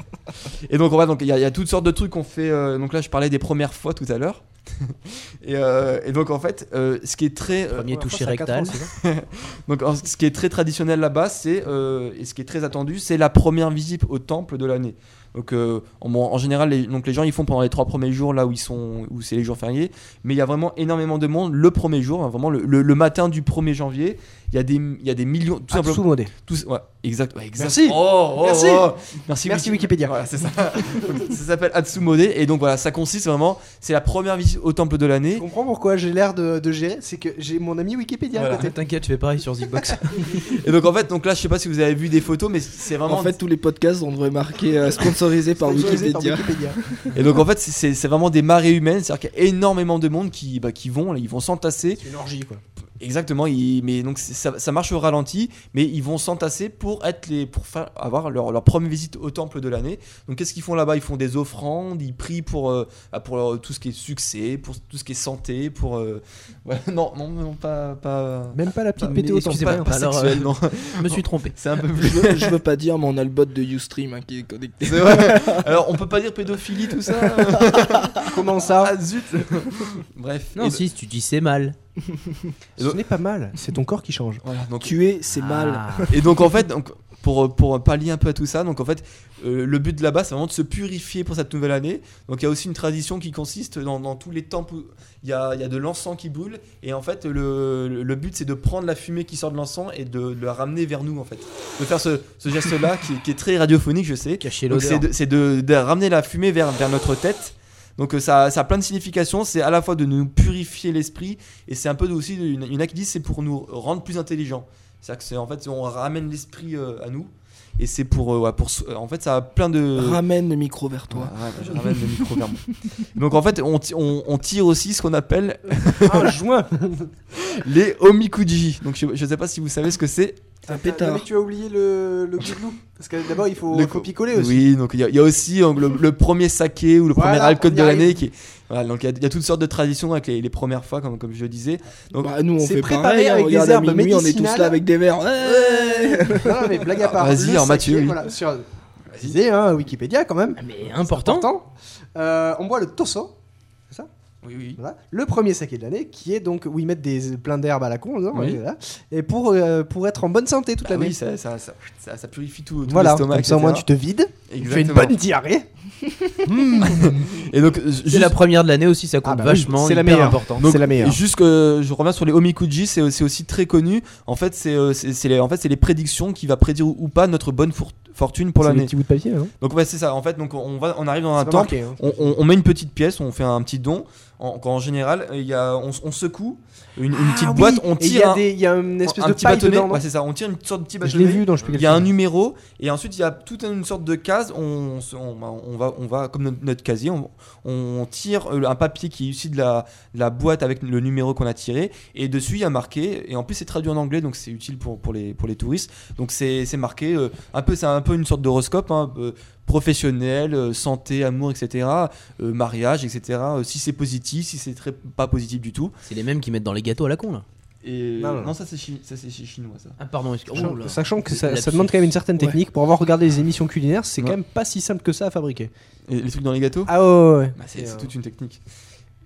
Speaker 1: Et donc, en vrai, donc, il y, a- il y a toutes sortes de trucs qu'on fait. euh, donc là, je parlais des premières fois tout à l'heure. et, euh, et donc, en fait, euh, ce qui est très. euh,
Speaker 4: Premier
Speaker 5: première
Speaker 4: touché
Speaker 5: fois, c'est à quatre
Speaker 4: rectal.
Speaker 5: ans, c'est ça
Speaker 1: donc, en- ce qui est très traditionnel là-bas, c'est euh, et ce qui est très attendu, c'est la première visite au temple de l'année. Donc, euh, en, bon, en général, les, donc les gens ils font pendant les trois premiers jours là où ils sont, où c'est les jours fériés. Mais il y a vraiment énormément de monde le premier jour, hein, vraiment le, le- le matin du 1er janvier. Il y a des, il y a des millions, tout simplement.
Speaker 5: Sous-modé.
Speaker 1: Tous, ouais, exact, ouais, exact.
Speaker 5: Merci.
Speaker 1: Oh, oh,
Speaker 5: Merci.
Speaker 1: oh. merci,
Speaker 5: Merci,
Speaker 1: Wiki-
Speaker 5: Wikipédia.
Speaker 1: Voilà, Ah, c'est ça. Donc, ça s'appelle Atsumode et donc voilà, ça consiste vraiment, c'est la première visite au temple de
Speaker 5: Je
Speaker 1: l'année.
Speaker 5: comprends pourquoi j'ai l'air de, de gérer, c'est que j'ai mon ami Wikipédia à
Speaker 1: Voilà.
Speaker 5: côté.
Speaker 4: T'inquiète, je fais pareil sur Xbox.
Speaker 1: Et donc en fait, donc là, je sais pas si vous avez vu des photos, mais c'est vraiment.
Speaker 3: En fait, tous les podcasts, on devrait marquer euh, sponsorisé par
Speaker 5: Sponsorisé par
Speaker 3: Wikipédia.
Speaker 5: Wikipédia.
Speaker 1: Et donc en fait, c'est- c'est c'est vraiment des marées humaines, c'est-à-dire qu'il y a énormément de monde qui, bah, qui vont, là, ils vont s'entasser.
Speaker 5: C'est une orgie quoi.
Speaker 1: Exactement. ils- mais donc c'est- ça, ça marche au ralenti, mais ils vont s'entasser pour être les, pour faire, avoir leur, leur première visite au temple de l'année. Donc qu'est-ce qu'ils font là-bas Ils font des offrandes, ils prient pour euh, bah, pour leur- tout ce qui est succès, pour tout ce qui est santé, pour euh, voilà. non, non non pas pas.
Speaker 5: Même pas la
Speaker 1: pas-
Speaker 5: petite météo
Speaker 1: excusez, pas, pas
Speaker 4: Alors,
Speaker 1: sexuel,
Speaker 4: euh,
Speaker 1: non.
Speaker 4: Je me suis trompé.
Speaker 1: C'est un peu
Speaker 3: Je
Speaker 1: plus.
Speaker 3: veux, je veux pas dire, mais on a le bot de Ustream hein, qui est connecté.
Speaker 1: C'est vrai. Alors on peut pas dire pédophilie tout ça.
Speaker 5: Comment ça
Speaker 1: Ah zut. Bref.
Speaker 4: Non,
Speaker 1: et-
Speaker 4: si, tu dis c'est mal.
Speaker 5: Ce n'est pas mal, c'est ton corps qui change.
Speaker 1: voilà, donc
Speaker 3: Tuer, c'est mal.
Speaker 4: Ah.
Speaker 1: Et donc en fait, donc, pour, pour pallier un peu à tout ça, donc en fait, euh, le but de là-bas, c'est vraiment de se purifier pour cette nouvelle année. Donc il y a aussi une tradition qui consiste dans, dans tous les temples, où il y a, il y a de l'encens qui brûle, et en fait, le, le but, c'est de prendre la fumée qui sort de l'encens et de, de la ramener vers nous, en fait. De faire ce, ce geste-là, qui, qui est très radiophonique, je sais.
Speaker 4: Cacher
Speaker 1: Donc
Speaker 4: l'odeur.
Speaker 1: c'est de, c'est de- de ramener la fumée vers, vers notre tête. Donc euh, ça, ça a plein de significations, c'est à la fois de nous purifier l'esprit, et c'est un peu aussi une, une activité, c'est pour nous rendre plus intelligents. C'est-à-dire que c'est en fait, on ramène l'esprit euh, à nous, et c'est pour, euh, ouais, pour so- euh, en fait, ça a plein de...
Speaker 3: Ramène le micro vers toi.
Speaker 1: Ouais, ouais, je ramène le micro vers moi. Donc en fait, on, ti- on- on tire aussi ce qu'on appelle
Speaker 5: Ah, joint
Speaker 1: les omikuji. Donc je, je sais pas si vous savez ce que c'est.
Speaker 3: Un
Speaker 5: Non,
Speaker 3: pétard.
Speaker 5: mais tu as oublié le, le glouglou. Parce que d'abord, il faut,
Speaker 1: Le
Speaker 5: il faut
Speaker 1: co-
Speaker 5: picoler aussi.
Speaker 1: Oui, donc il y, a- il y a aussi euh, le, le premier saké ou le
Speaker 5: Voilà,
Speaker 1: premier alcool
Speaker 5: on y
Speaker 1: de l'année.
Speaker 5: arrive.
Speaker 1: Qui... est- Voilà, donc il y a- il y, a toutes sortes de traditions avec les, les premières fois, comme, comme je le disais. Donc,
Speaker 3: Bah, nous, on
Speaker 5: C'est
Speaker 3: fait
Speaker 5: préparé
Speaker 3: pareil.
Speaker 5: avec
Speaker 3: on regarde
Speaker 5: des
Speaker 3: à
Speaker 5: herbes
Speaker 3: minuit, on est tous
Speaker 5: médicinales.
Speaker 3: là avec des verres. Ouais.
Speaker 5: non, mais blague à part.
Speaker 1: Vas-y,
Speaker 5: le
Speaker 1: alors, Mathieu,
Speaker 5: saké,
Speaker 1: oui.
Speaker 5: voilà, sur- préciser, hein, Wikipédia quand même.
Speaker 4: Mais important.
Speaker 5: Important. Euh, on boit le Tosso,
Speaker 3: Oui, oui.
Speaker 5: voilà, le premier saké de l'année, qui est donc où ils mettent des, plein d'herbes à la con, hein,
Speaker 1: Oui.
Speaker 5: voilà, et pour, euh, pour être en bonne santé toute
Speaker 1: Bah
Speaker 5: l'année.
Speaker 1: oui, ça, ça, ça, ça- ça purifie tout, tout
Speaker 5: voilà,
Speaker 1: l'estomac.
Speaker 5: comme ça au moins tu te vides, tu fais une bonne diarrhée.
Speaker 1: Et donc, euh,
Speaker 4: C'est
Speaker 1: juste-
Speaker 4: la première de l'année aussi, ça compte
Speaker 5: Ah bah oui,
Speaker 4: vachement.
Speaker 5: c'est la
Speaker 4: hyper
Speaker 5: meilleure.
Speaker 4: important.
Speaker 5: C'est la meilleure.
Speaker 1: Et juste que je reviens sur les Omikuji, c'est c'est aussi très connu. En fait, c'est euh, c'est- c'est les, en fait, c'est les prédictions qui va prédire ou pas notre bonne four- fortune pour
Speaker 5: C'est des
Speaker 1: l'année.
Speaker 5: petits bouts de papier, hein.
Speaker 1: Donc ouais, c'est ça. En fait, donc on va, on arrive dans un
Speaker 5: C'est pas
Speaker 1: temple,
Speaker 5: marqué, hein.
Speaker 1: on, on- on met une petite pièce, on fait un petit don. En, en général, il y a, on, on secoue une, une petite
Speaker 5: Ah oui,
Speaker 1: boîte, on
Speaker 5: et il y
Speaker 1: tire
Speaker 5: a
Speaker 1: un,
Speaker 5: des- il y, a une espèce
Speaker 1: un
Speaker 5: de
Speaker 1: petit
Speaker 5: paille
Speaker 1: bâtonnet.
Speaker 5: dedans, non
Speaker 1: Ouais, c'est ça. On tire une sorte de petit
Speaker 5: Je l'ai
Speaker 1: bâtonnet.
Speaker 5: vu dans je sais plus
Speaker 1: Il
Speaker 5: quel
Speaker 1: y a un
Speaker 5: film.
Speaker 1: numéro et ensuite il y a toute une sorte de case. On, se- on, bah, on va, on va comme notre, notre casier, on, on tire euh, un papier qui est issu de la, de la boîte avec le numéro qu'on a tiré et dessus il y a marqué et en plus c'est traduit en anglais donc c'est utile pour, pour, les, pour les touristes. Donc c'est c'est marqué euh, un peu, c'est un peu une sorte d'horoscope. Hein, euh, professionnel, euh, santé, amour, etc., euh, mariage, etc., euh, si c'est positif, si c'est très pas positif du tout.
Speaker 4: C'est les mêmes qui mettent dans les gâteaux à la con là.
Speaker 1: Et,
Speaker 5: Non, non, non.
Speaker 1: ça c'est chi- ça, c'est chinois ça.
Speaker 4: Ah pardon, excuse
Speaker 5: Sachant-
Speaker 4: oh là.
Speaker 5: Sachant que ça,
Speaker 4: Lapsus.
Speaker 5: ça demande quand même une certaine technique. Pour avoir regardé les émissions culinaires, c'est
Speaker 1: Ouais.
Speaker 5: quand même pas si simple que ça à fabriquer.
Speaker 1: Et les trucs dans les gâteaux
Speaker 5: Ah ouais, ouais, ouais.
Speaker 1: Bah, c'est
Speaker 5: Et,
Speaker 1: c'est
Speaker 5: euh,
Speaker 1: toute une technique.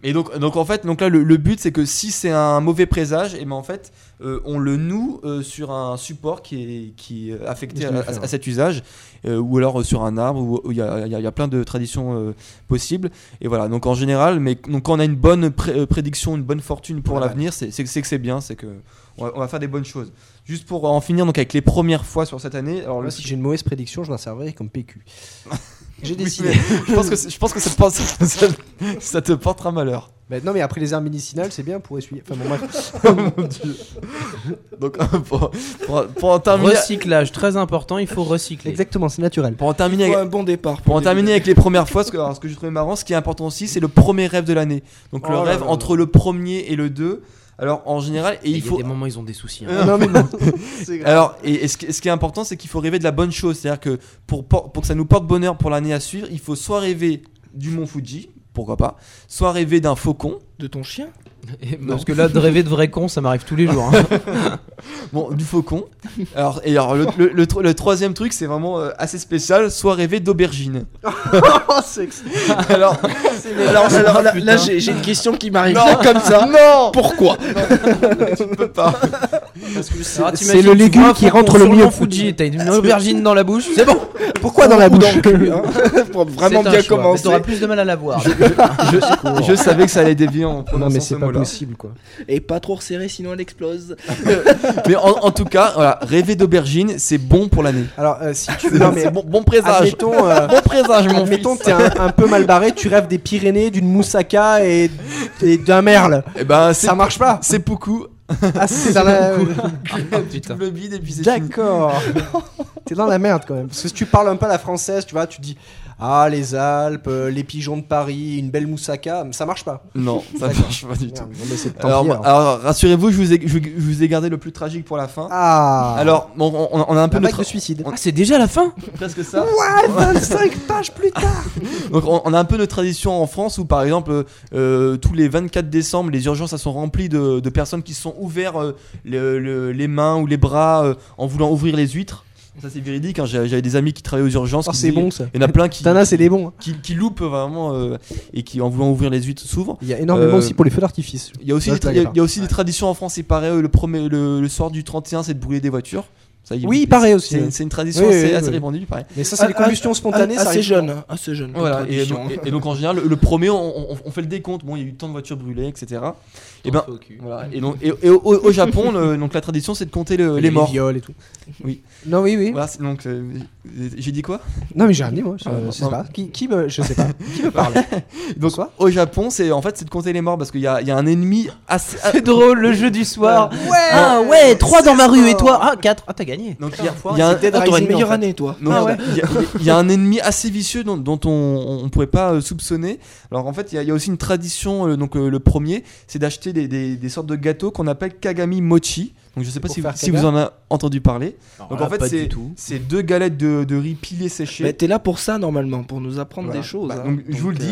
Speaker 1: Et donc, donc en fait, donc là, le, le but c'est que si c'est un mauvais présage, et ben en fait, euh, on le noue euh, sur un support qui est, qui est affecté
Speaker 5: Je
Speaker 1: à,
Speaker 5: l'ai fait,
Speaker 1: à- à
Speaker 5: ouais.
Speaker 1: cet usage, euh, ou alors euh, sur un arbre, où où il y, a- il y a- il y a plein de traditions euh, possibles. Et voilà, donc en général, mais donc, quand on a une bonne pré- euh, prédiction, une bonne fortune pour
Speaker 5: Voilà.
Speaker 1: l'avenir, c'est c'est- c'est que c'est bien, c'est que on va, on va faire des bonnes choses. Juste pour en finir donc avec les premières fois sur cette année, alors
Speaker 5: Moi,
Speaker 1: le
Speaker 5: si j'ai une mauvaise prédiction, je m'en servirai comme PQ. J'ai
Speaker 1: Oui,
Speaker 5: décidé.
Speaker 1: mais je pense que c'est- je pense que ça te, pense- ça- ça te portera malheur.
Speaker 5: Bah, non, mais après les herbes médicinales, c'est bien pour essuyer. Enfin bon, bref.
Speaker 1: Oh mon dieu. Donc pour, pour- pour en terminer,
Speaker 4: Recyclage, très important, il faut recycler.
Speaker 5: Exactement, c'est naturel.
Speaker 1: pour en terminer,
Speaker 3: Faut
Speaker 1: avec,
Speaker 3: un bon départ.
Speaker 1: pour en
Speaker 3: débuter.
Speaker 1: terminer avec les premières fois, ce que, alors, ce que j'ai trouvé marrant, ce qui est important aussi, c'est le premier rêve de l'année. Donc le
Speaker 5: Oh là
Speaker 1: rêve
Speaker 5: là là.
Speaker 1: entre le premier et le deux. Alors en général, et
Speaker 4: Il
Speaker 1: il
Speaker 4: y a
Speaker 1: faut.
Speaker 4: des moments, ils ont des soucis. hein.
Speaker 1: Euh,
Speaker 5: non, mais non. C'est grave.
Speaker 1: Alors, et, et ce, qui, ce qui est important, c'est qu'il faut rêver de la bonne chose. C'est-à-dire que pour, por- pour que ça nous porte bonheur pour l'année à suivre, il faut soit rêver du Mont Fuji, pourquoi pas, soit rêver d'un faucon.
Speaker 3: De ton chien
Speaker 4: Et- Euh, Parce que là, de rêver de vrai con, ça m'arrive tous les jours. hein.
Speaker 1: Bon, du faucon. Alors, et alors le, le- le tro- le troisième truc, c'est vraiment euh, assez spécial, soit rêver d'aubergine.
Speaker 5: Oh, c'est excellent.
Speaker 1: Alors,
Speaker 7: Alors, alors, là,
Speaker 4: putain.
Speaker 7: là, j'ai j'ai une question qui m'arrive.
Speaker 1: Non, comme ça. Non.
Speaker 7: Pourquoi
Speaker 1: Tu peux pas.
Speaker 4: Alors,
Speaker 5: c'est
Speaker 4: t'imagines,
Speaker 5: le
Speaker 4: tu
Speaker 5: légume
Speaker 4: vois un
Speaker 5: qui
Speaker 4: flocon
Speaker 5: rentre le
Speaker 4: sur
Speaker 5: milieu.
Speaker 4: Mont Fuji, t'as une aubergine dans la bouche, c'est bon.
Speaker 5: Pourquoi dans la
Speaker 7: Ou
Speaker 5: bouche
Speaker 7: le cul, hein, Pour vraiment
Speaker 4: C'est un
Speaker 7: bien
Speaker 4: choix, mais
Speaker 7: commencer.
Speaker 4: T'auras plus de mal à la voir.
Speaker 1: Je, je savais que ça allait dévier en
Speaker 5: Non,
Speaker 1: prononçant
Speaker 5: mais
Speaker 1: ce
Speaker 5: c'est pas
Speaker 1: mot-là.
Speaker 5: possible, quoi.
Speaker 7: Et pas trop resserré, sinon elle explose.
Speaker 1: Mais en, en tout cas, voilà, rêver d'aubergine, c'est bon pour l'année.
Speaker 5: Alors, euh, si tu. Non, mais
Speaker 1: C'est bon, bon présage.
Speaker 5: admettons. euh,
Speaker 1: Bon présage, mon
Speaker 5: Admettons que
Speaker 1: fils.
Speaker 5: t'es un, un peu mal barré, tu rêves des Pyrénées, d'une moussaka et, et d'un merle.
Speaker 1: Eh ben, c'est
Speaker 5: Ça marche pas.
Speaker 1: c'est beaucoup.
Speaker 5: Ah, c'est dans la-
Speaker 4: Oh, putain.
Speaker 1: Le bide et puis c'est fini.
Speaker 5: D'accord. T'es dans la merde quand même. Parce que si tu parles un peu à la française, tu vois, tu dis Ah, les Alpes, euh, les pigeons de Paris, une belle moussaka, ça marche pas.
Speaker 1: Non, ça
Speaker 5: D'accord.
Speaker 1: marche pas du tout.
Speaker 5: Merde, bon, mais c'est- tant
Speaker 1: Alors,
Speaker 5: pis, alors.
Speaker 1: alors, rassurez-vous, je vous ai, je, je vous ai gardé le plus tragique pour la fin.
Speaker 5: Ah,
Speaker 1: Alors, bon, on, on a un peu
Speaker 5: la vague
Speaker 1: notre
Speaker 5: de suicide.
Speaker 4: Ah, c'est déjà la fin
Speaker 1: presque ça.
Speaker 5: Ouais, 25 pages plus tard.
Speaker 1: Donc on, on a un peu de tradition en France où par exemple euh, euh, tous les 24 décembre les urgences elles sont remplies de, de personnes qui se sont ouvertes euh, les mains ou les bras euh, en voulant ouvrir les huîtres. Ça c'est véridique, hein, j'ai- j'avais des amis qui travaillaient aux urgences.
Speaker 5: Oh,
Speaker 1: qui
Speaker 5: c'est
Speaker 1: disaient-
Speaker 5: bon ça.
Speaker 1: Il y en a plein qui,
Speaker 5: Tana, c'est les bons.
Speaker 1: qui, qui loupent vraiment euh, et qui en voulant ouvrir les huîtres s'ouvrent.
Speaker 5: Il y a énormément
Speaker 1: Euh,
Speaker 5: aussi pour les feux d'artifice.
Speaker 1: Il y a aussi,
Speaker 5: Ça,
Speaker 1: des,
Speaker 5: je
Speaker 1: tra- il y a-
Speaker 5: t'inquiète
Speaker 1: il y a aussi des traditions en France, c'est pareil, euh, le, premier, le, le soir du 31 c'est de brûler des voitures. Ça, il-
Speaker 5: Oui, pareil aussi,
Speaker 1: c'est une-
Speaker 5: ouais.
Speaker 1: C'est une tradition
Speaker 5: Oui,
Speaker 1: assez,
Speaker 5: oui,
Speaker 1: assez
Speaker 5: oui.
Speaker 1: répandue, pareil.
Speaker 5: Mais ça, c'est
Speaker 3: Ah,
Speaker 5: les combustions spontanées, ça
Speaker 3: Assez
Speaker 5: arrive.
Speaker 3: jeune, hein, assez jeune. comme
Speaker 1: Voilà, et
Speaker 3: tradition.
Speaker 1: donc, et- et donc, en général, le, le premier, on, on- on fait le décompte. Bon, il y a eu tant de voitures brûlées, etc. Et ben, voilà. Et donc, et, et au, au Japon, le- donc la tradition, c'est de compter le- les morts.
Speaker 5: viols et tout.
Speaker 1: Oui.
Speaker 5: Non, oui, oui.
Speaker 1: Voilà, c'est- donc, euh, j'ai dit quoi
Speaker 5: Non, mais j'ai rien dit, moi. Je,
Speaker 1: Ah, non,
Speaker 5: je sais
Speaker 1: non.
Speaker 5: pas. Qui, qui me, je sais pas. Qui me parle
Speaker 1: Donc,
Speaker 5: Quoi
Speaker 1: au Japon, c'est en fait, c'est de compter les morts parce qu'il y a, il y a un ennemi assez. ah,
Speaker 4: C'est drôle, le jeu du soir.
Speaker 5: Euh,
Speaker 4: Ah ouais, 3 dans ma rue et toi Ah, 4. Ah, t'as gagné.
Speaker 1: donc, il y a,
Speaker 5: Enfoiré,
Speaker 1: il y a un-
Speaker 5: c'était
Speaker 3: Ah,
Speaker 5: Ah Dead
Speaker 3: t'auras une
Speaker 5: Rising, en
Speaker 3: meilleure
Speaker 5: fait.
Speaker 3: année, toi.
Speaker 1: non, il y a- il y, a- il y a un ennemi assez vicieux dont, dont on ne pouvait pas euh, soupçonner. Alors en fait, il y, a- il y a aussi une tradition, euh, donc euh, le premier, c'est d'acheter des, des- des sortes de gâteaux qu'on appelle kagami mochi. Donc je sais pas
Speaker 5: pour
Speaker 1: si,
Speaker 5: faire
Speaker 1: si vous
Speaker 5: caca
Speaker 1: en avez entendu parler.
Speaker 4: Alors
Speaker 1: Donc
Speaker 4: là,
Speaker 1: en fait,
Speaker 4: euh, pas
Speaker 1: c'est-
Speaker 4: du tout.
Speaker 1: c'est deux galettes de, de riz pilées
Speaker 7: Mais
Speaker 1: séchées.
Speaker 7: t'es là pour ça normalement, pour nous apprendre
Speaker 1: Voilà.
Speaker 7: des choses.
Speaker 1: Bah,
Speaker 7: hein.
Speaker 1: donc, je vous le dis.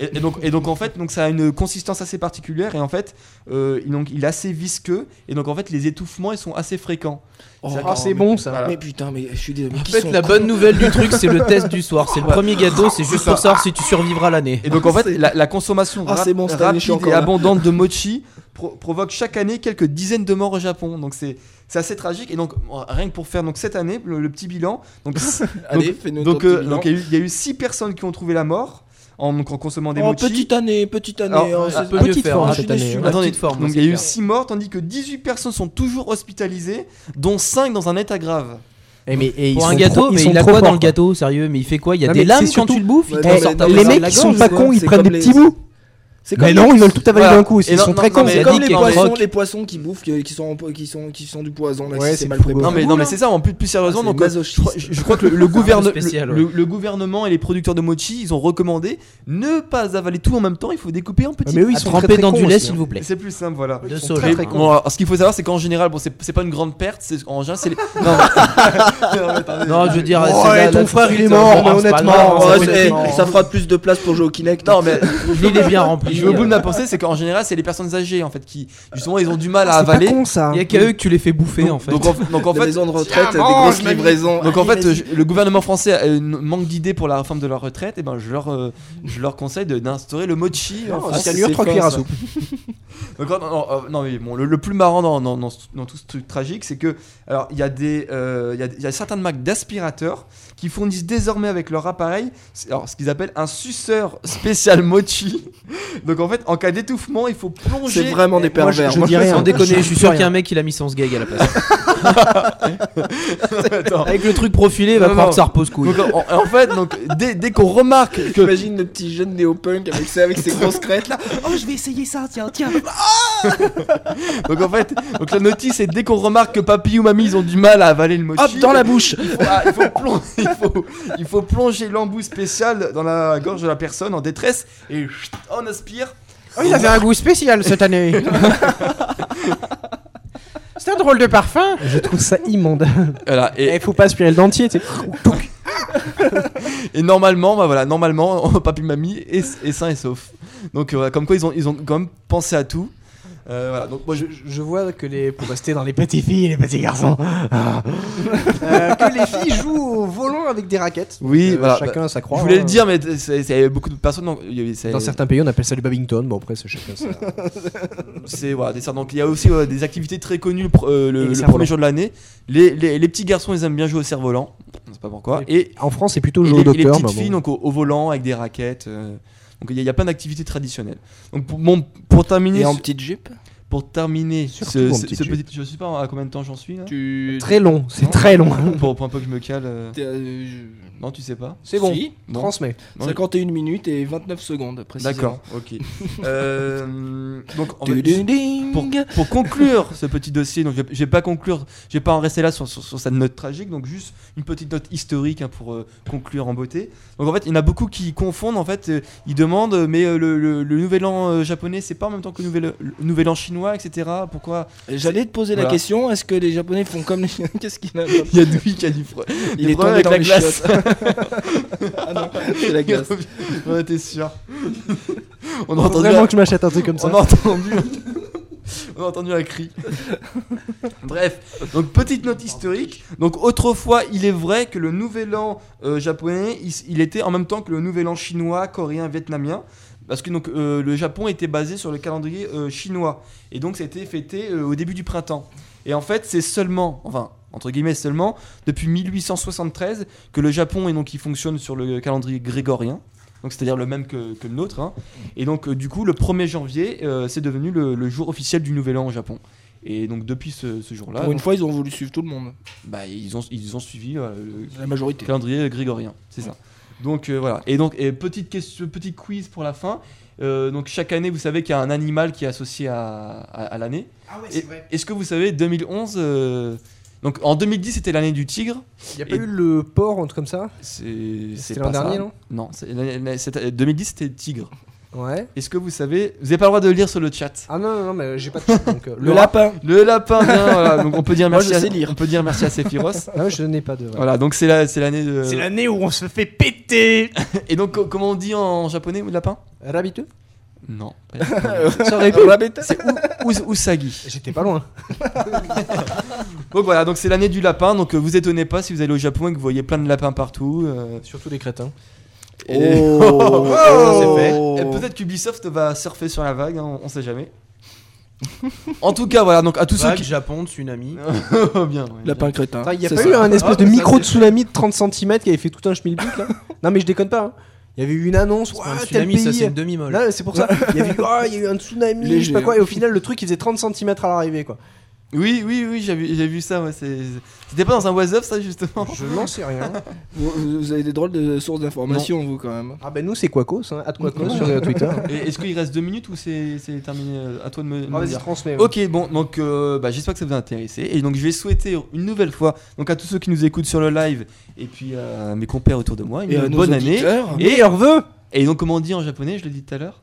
Speaker 7: euh,
Speaker 1: Et, et donc, et donc en fait, donc ça a une consistance assez particulière et en fait, euh, il- donc, il est assez visqueux et donc en fait, les étouffements ils sont assez fréquents.
Speaker 7: oh,
Speaker 1: C'est-à-dire que-
Speaker 5: c'est bon, ça.
Speaker 1: Voilà.
Speaker 7: Mais putain, mais je suis désolé. mais
Speaker 4: En
Speaker 7: qui
Speaker 4: fait,
Speaker 7: sont
Speaker 4: la
Speaker 7: cons
Speaker 4: bonne nouvelle du truc, c'est le test du soir. C'est le premier gâteau, c'est juste pour savoir si tu survivras l'année.
Speaker 1: Et donc en fait, la, la consommation
Speaker 7: Ah,
Speaker 1: rap-
Speaker 7: c'est bon, cette année, je suis
Speaker 1: rapide
Speaker 7: encore
Speaker 1: et
Speaker 7: là.
Speaker 1: abondante de mochi pro- provoque chaque année quelques dizaines de morts au Japon. Donc c'est c'est assez tragique. Et donc rien que pour faire donc cette année le, le petit bilan. Donc
Speaker 7: Allez, fais-nous
Speaker 1: donc
Speaker 7: ton
Speaker 1: euh,
Speaker 7: petit bilan.
Speaker 1: donc il y a eu- il y, a eu six personnes qui ont trouvé la mort en, donc, en consommant des
Speaker 7: Oh,
Speaker 1: mochi.
Speaker 7: petite année, petite année.
Speaker 1: Alors,
Speaker 7: hein,
Speaker 1: ouais,
Speaker 7: c'est-
Speaker 1: un peu
Speaker 7: petite
Speaker 4: mieux faire,
Speaker 7: forme,
Speaker 4: hein,
Speaker 7: je suis
Speaker 4: cette année,
Speaker 7: déçu.
Speaker 4: ouais.
Speaker 7: là.
Speaker 1: Attendez,
Speaker 4: petite forme,
Speaker 1: donc
Speaker 4: c'est
Speaker 1: il y a eu
Speaker 4: clair.
Speaker 1: 6 morts, tandis que 18 personnes sont toujours hospitalisées, dont 5 dans un état grave.
Speaker 5: Et mais, et ils
Speaker 4: Pour un
Speaker 5: sont
Speaker 4: gâteau,
Speaker 5: trop- ils
Speaker 4: mais
Speaker 5: sont
Speaker 4: il a
Speaker 5: trop
Speaker 4: quoi dans
Speaker 5: forts,
Speaker 4: le gâteau Sérieux, mais il fait quoi Il y a
Speaker 5: Non,
Speaker 4: des
Speaker 5: mais
Speaker 4: lames
Speaker 5: c'est
Speaker 4: quand tu
Speaker 5: surtout-
Speaker 4: le bouffes il
Speaker 7: Ouais,
Speaker 4: t'en
Speaker 7: mais
Speaker 4: sort
Speaker 7: les
Speaker 4: ta-
Speaker 5: Les
Speaker 4: dans la
Speaker 5: mecs, ils sont
Speaker 4: gorge,
Speaker 5: pas
Speaker 4: quoi.
Speaker 5: cons, ils
Speaker 7: C'est
Speaker 5: prennent des
Speaker 7: comme les-
Speaker 5: petits bouts.
Speaker 7: C'est
Speaker 5: Mais
Speaker 7: comme
Speaker 5: non,
Speaker 7: les-
Speaker 5: ils veulent tout avaler
Speaker 1: Voilà.
Speaker 5: d'un coup,
Speaker 1: Et
Speaker 5: ils
Speaker 1: non,
Speaker 5: sont
Speaker 1: non,
Speaker 5: très
Speaker 1: non,
Speaker 5: cons.
Speaker 1: mais
Speaker 7: C'est
Speaker 4: la
Speaker 7: comme
Speaker 4: dick
Speaker 7: les
Speaker 4: et le
Speaker 7: poissons,
Speaker 4: roc.
Speaker 7: les poissons qui bouffent, qui, qui sont, en- qui sont, qui sont du poison là,
Speaker 5: Ouais,
Speaker 7: qui
Speaker 5: c'est
Speaker 7: s'est mal
Speaker 5: fou, ouais.
Speaker 7: préparé.
Speaker 1: Non mais, non, mais c'est ça, en plus, plus sérieusement, donc, euh, je, crois, je- je crois que le, le gouverne-
Speaker 4: spécial,
Speaker 1: le-
Speaker 4: ouais.
Speaker 1: le- le gouvernement et les producteurs de mochi, ils ont recommandé ne pas avaler tout en même temps, il faut découper en petits.
Speaker 5: Ah, Mais eux, ils
Speaker 4: À
Speaker 5: sont
Speaker 4: tremper
Speaker 5: très, très
Speaker 4: dans du
Speaker 5: cons
Speaker 4: lait,
Speaker 5: aussi,
Speaker 4: s'il
Speaker 5: hein.
Speaker 4: vous plaît.
Speaker 1: C'est plus simple, voilà.
Speaker 4: De
Speaker 5: sont
Speaker 4: soja.
Speaker 5: très, très
Speaker 4: hein.
Speaker 5: cons.
Speaker 1: Bon, alors, ce qu'il faut savoir, c'est qu'en général, bon, c'est c'est pas une grande perte, c'est en général, c'est les- Non,
Speaker 4: Non, je veux dire,
Speaker 5: Oh,
Speaker 4: c'est la-
Speaker 5: et
Speaker 4: la-
Speaker 5: ton frère, il est
Speaker 4: c'est
Speaker 5: mort,
Speaker 4: vraiment
Speaker 5: mais
Speaker 4: pas
Speaker 5: honnêtement,
Speaker 4: grave,
Speaker 5: ouais,
Speaker 7: Oh,
Speaker 4: hein, c'est-
Speaker 7: c'est-
Speaker 5: complètement.
Speaker 7: ça fera plus de place pour jouer au Kinect.
Speaker 1: non, mais
Speaker 4: Il est bien rempli.
Speaker 1: je veux au bout de ma pensée, c'est qu'en général, c'est les personnes âgées, en fait, qui justement, ils ont du mal à
Speaker 5: C'est pas
Speaker 1: avaler.
Speaker 5: con, ça.
Speaker 4: Il y a qu'à eux que tu les fais bouffer en fait.
Speaker 1: Donc, en, donc, en
Speaker 7: des
Speaker 1: fait,
Speaker 7: maisons de retraite, des
Speaker 3: mange,
Speaker 7: grosses
Speaker 3: mamie.
Speaker 7: livraisons. Ah,
Speaker 1: Donc en fait, je- le gouvernement français euh, n- manque d'idées pour la réforme de leur retraite, et ben je leur, euh, je leur conseille de- d'instaurer le mochi en
Speaker 5: Ah,
Speaker 1: France.
Speaker 5: c'est dur, trois
Speaker 1: fin,
Speaker 5: cuillères à
Speaker 1: ça.
Speaker 5: soupe.
Speaker 1: Donc, non, non, euh, non, mais bon, le, le plus marrant dans, dans- dans ce- dans tout ce truc tragique, c'est que alors il y a des, euh, il y a- il y a certaines marques d'aspirateurs qui fournissent désormais avec leur appareil, c'est- alors ce qu'ils appellent un suceur spécial mochi. Donc en fait, en cas d'étouffement, il faut plonger.
Speaker 7: c'est vraiment des
Speaker 5: Moi, je-
Speaker 7: pervers.
Speaker 5: je
Speaker 7: Moi,
Speaker 5: dirais,
Speaker 4: Sans
Speaker 5: hein,
Speaker 4: déconner, je suis sûr
Speaker 5: rien.
Speaker 4: qu'il y a un mec qui l'a mis sans ce gag à la place.
Speaker 1: Attends.
Speaker 4: Avec le truc profilé, il va
Speaker 1: Non,
Speaker 4: croire
Speaker 1: non.
Speaker 4: que ça repose cool.
Speaker 1: Donc, en, en fait, donc dès, dès qu'on remarque que
Speaker 7: J'imagine le petit jeune néo-punk avec, ses- avec ses grosses crêtes là.
Speaker 5: Oh, je vais essayer ça, tiens, tiens.
Speaker 1: Donc en fait, donc la notice c'est dès qu'on remarque que papy ou mamie ils ont du mal à avaler le mochi.
Speaker 7: Hop, dans la bouche.
Speaker 1: il faut, ah, il faut plon- il faut- il faut plonger l'embout spécial dans la gorge de la personne en détresse et chut, on aspire.
Speaker 5: Oh, il avait un goût spécial cette année. C'est un drôle de parfum. Je trouve ça immonde.
Speaker 1: Voilà,
Speaker 5: Il
Speaker 1: et,
Speaker 5: Eh, faut pas aspirer le dentier. tu sais.
Speaker 1: et normalement, bah voilà, normalement papy mamie est, est sain et sauf. Donc euh, voilà, comme quoi ils ont ils ont quand même pensé à tout. Euh, voilà, donc moi je,
Speaker 5: je, je vois que les pour rester dans les petites filles et les petits garçons ah. Euh, que les filles jouent au volant avec des raquettes.
Speaker 1: Oui,
Speaker 5: Euh,
Speaker 1: voilà,
Speaker 5: Chacun sa croix.
Speaker 1: je voulais
Speaker 5: hein.
Speaker 1: le dire mais c'est c'est- beaucoup de personnes non, il y avait- c'est-
Speaker 5: Dans certains pays, on appelle ça du Babington. Bon, après, c'est chacun ça.
Speaker 1: C'est voilà, des cerfs. Donc il y a aussi euh, des activités très connues pr- euh,
Speaker 5: Et
Speaker 1: le,
Speaker 5: les
Speaker 1: le
Speaker 5: cerfs-volants.
Speaker 1: premier jour de l'année. Les, les- les petits garçons, ils aiment bien jouer au cerf-volant. On sait pas pourquoi. Et,
Speaker 5: En France, c'est plutôt
Speaker 1: et
Speaker 5: jeu
Speaker 1: les,
Speaker 5: au
Speaker 1: et les
Speaker 5: docteur.
Speaker 1: petites
Speaker 5: mais
Speaker 1: filles,
Speaker 5: bah bon.
Speaker 1: donc au, au volant avec des raquettes. euh, donc il y, a- il y a plein d'activités traditionnelles. Donc pour, bon, pour terminer,
Speaker 7: Et en
Speaker 1: ce-
Speaker 7: petite jupe.
Speaker 1: pour terminer
Speaker 5: Surtout
Speaker 1: ce,
Speaker 5: en
Speaker 1: ce-
Speaker 5: petite
Speaker 1: ce
Speaker 5: jupe.
Speaker 1: petit, je sais pas à combien de temps j'en suis là.
Speaker 3: Tu.
Speaker 5: Très long, c'est
Speaker 3: Non.
Speaker 5: très long.
Speaker 1: Pour, pour un peu que je me cale. euh,
Speaker 3: t'es, euh, je-
Speaker 1: Non, tu sais pas.
Speaker 5: C'est bon.
Speaker 3: Si.
Speaker 1: Bon.
Speaker 5: Transmet.
Speaker 1: Non.
Speaker 3: 51 minutes et 29 secondes, précisément.
Speaker 1: D'accord. Ok. Euh, donc en fait,
Speaker 7: Ding.
Speaker 1: pour, pour conclure ce petit dossier, donc je vais- je vais pas conclure, je vais pas en rester là sur, sur, sur cette note tragique, donc juste une petite note historique hein, pour euh, conclure en beauté. Donc en fait, il y en a beaucoup qui confondent, en fait, euh, ils demandent, euh, mais euh, le, le- le nouvel an euh, japonais, c'est pas en même temps que le nouvel, le nouvel an chinois, etc. Pourquoi
Speaker 7: J'allais te poser la
Speaker 1: Voilà.
Speaker 7: question, est-ce que les japonais font comme les Qu'est-ce qu'il a
Speaker 1: Il y a Douy qui a du fre-
Speaker 7: Il
Speaker 1: des
Speaker 7: est
Speaker 1: problèmes
Speaker 7: tombé
Speaker 1: avec
Speaker 7: dans
Speaker 1: la
Speaker 7: les
Speaker 1: glace.
Speaker 7: chiottes. Ah non, c'est la glace.
Speaker 1: Ouais, t'es sûr. On a
Speaker 5: Faut
Speaker 1: entendu,
Speaker 5: vraiment que je m'achète un truc comme ça.
Speaker 1: on a entendu, on a entendu un cri. Bref, donc petite note historique. Donc autrefois, il est vrai que le nouvel an euh, japonais, il, s- il était en même temps que le nouvel an chinois, coréen, vietnamien. Parce que donc, euh, le Japon était basé sur le calendrier euh, chinois. Et donc c'était fêté euh, au début du printemps. Et en fait, c'est seulement, enfin, entre guillemets seulement, depuis 1873 que le Japon et donc, il fonctionne sur le calendrier grégorien. Donc c'est-à-dire le même que, que le nôtre. hein. Et donc euh, du coup, le 1er janvier, euh, c'est devenu le, le jour officiel du Nouvel An au Japon. Et donc depuis ce, ce jour-là,
Speaker 3: Pour une
Speaker 1: donc,
Speaker 3: fois, ils ont voulu suivre tout le monde.
Speaker 1: bah, ils, ont, ils ont suivi euh, le-
Speaker 3: La majorité.
Speaker 1: calendrier grégorien, c'est ça. Donc euh, voilà. Et donc et petite question, petit quiz pour la fin. Euh, donc chaque année, vous savez qu'il y a un animal qui est associé à, à- à l'année. Ah ouais, c'est vrai. Est-ce que vous savez 2011 euh, Donc en 2010, c'était l'année du tigre.
Speaker 5: Il y a pas eu le porc, un truc comme ça
Speaker 1: C'est
Speaker 5: C'était
Speaker 1: c'est
Speaker 5: l'an
Speaker 1: pas ça.
Speaker 5: dernier, non
Speaker 1: Non, c'est- l'année- l'année- cette- 2010 c'était tigre.
Speaker 5: Ouais.
Speaker 1: Est-ce que vous savez Vous n'avez pas le droit de lire sur le chat.
Speaker 5: Ah non, non, non, mais j'ai pas de chat, donc. euh,
Speaker 7: Le
Speaker 5: Laura-
Speaker 7: lapin.
Speaker 1: Le lapin, bien, voilà. donc on peut dire
Speaker 7: Moi, je
Speaker 1: merci.
Speaker 7: sais
Speaker 1: à,
Speaker 7: lire.
Speaker 1: On peut dire merci à Sephiroth.
Speaker 5: Ah ouais, je n'ai pas de. voilà.
Speaker 1: Voilà, donc c'est la- c'est l'année de.
Speaker 4: C'est l'année où on se fait péter
Speaker 1: Et donc, co- comment on dit en japonais le lapin
Speaker 5: Rabbiteux
Speaker 1: Non.
Speaker 5: Ça aurait pu.
Speaker 1: c'est U- Us- Usagi.
Speaker 5: J'étais pas loin.
Speaker 1: Donc voilà, donc c'est l'année du lapin. Donc euh, vous étonnez pas si vous allez au Japon et que vous voyez plein de lapins partout. euh,
Speaker 4: Surtout les crétins.
Speaker 1: et-
Speaker 7: Oh,
Speaker 1: c'est fait.
Speaker 2: Oh.
Speaker 1: Et peut-être qu'Ubisoft va surfer sur la vague, hein, on sait jamais. en tout cas, voilà, donc à tous
Speaker 4: Vague,
Speaker 1: ceux qui.
Speaker 4: Japon, tsunami.
Speaker 1: Oh, bien, ouais, bien.
Speaker 7: Lapin crétin.
Speaker 5: Il n'y a
Speaker 1: C'est
Speaker 5: pas
Speaker 1: ça.
Speaker 5: eu un espèce
Speaker 4: Ah,
Speaker 5: de
Speaker 4: ça,
Speaker 5: micro
Speaker 4: c'est-
Speaker 5: tsunami de 30 cm qui avait fait tout un schmilblick là Non, mais je déconne pas. hein. Il y avait eu une annonce.
Speaker 4: C'est
Speaker 5: Ouah,
Speaker 4: pas un
Speaker 5: tel
Speaker 4: tsunami, ça
Speaker 5: pays-
Speaker 4: c'est une demi-molle.
Speaker 5: Là, c'est pour ça. Il y avait eu, Ah, il y a eu un tsunami, je sais pas
Speaker 7: Léger,
Speaker 5: quoi. Et au final, le truc, il faisait 30 cm à l'arrivée, quoi.
Speaker 1: Oui, oui, oui, j'ai vu, j'ai vu ça. ouais, c'est- C'était pas dans un Was Up, ça, justement
Speaker 5: Je n'en sais rien.
Speaker 7: Vous, vous avez des drôles de sources d'informations, vous, quand même.
Speaker 5: Ah, ben nous, c'est Quacos, hein. At Quacos sur euh, Twitter.
Speaker 1: Et Est-ce qu'il reste deux minutes ou c'est c'est terminé euh, À toi de me, de me
Speaker 5: Ah, vas-y,
Speaker 1: dire.
Speaker 5: transmets. ouais.
Speaker 1: Ok, bon, donc euh, bah, j'espère que ça vous a intéressé. Et donc je vais souhaiter une nouvelle fois donc à tous ceux qui nous écoutent sur le live et puis à mes compères autour de moi une
Speaker 7: à nos
Speaker 1: bonne année.
Speaker 7: auditeurs.
Speaker 1: Et,
Speaker 5: Meilleur
Speaker 4: Oh,
Speaker 5: vœu
Speaker 1: et donc, comment on dit en japonais, je l'ai dit tout à l'heure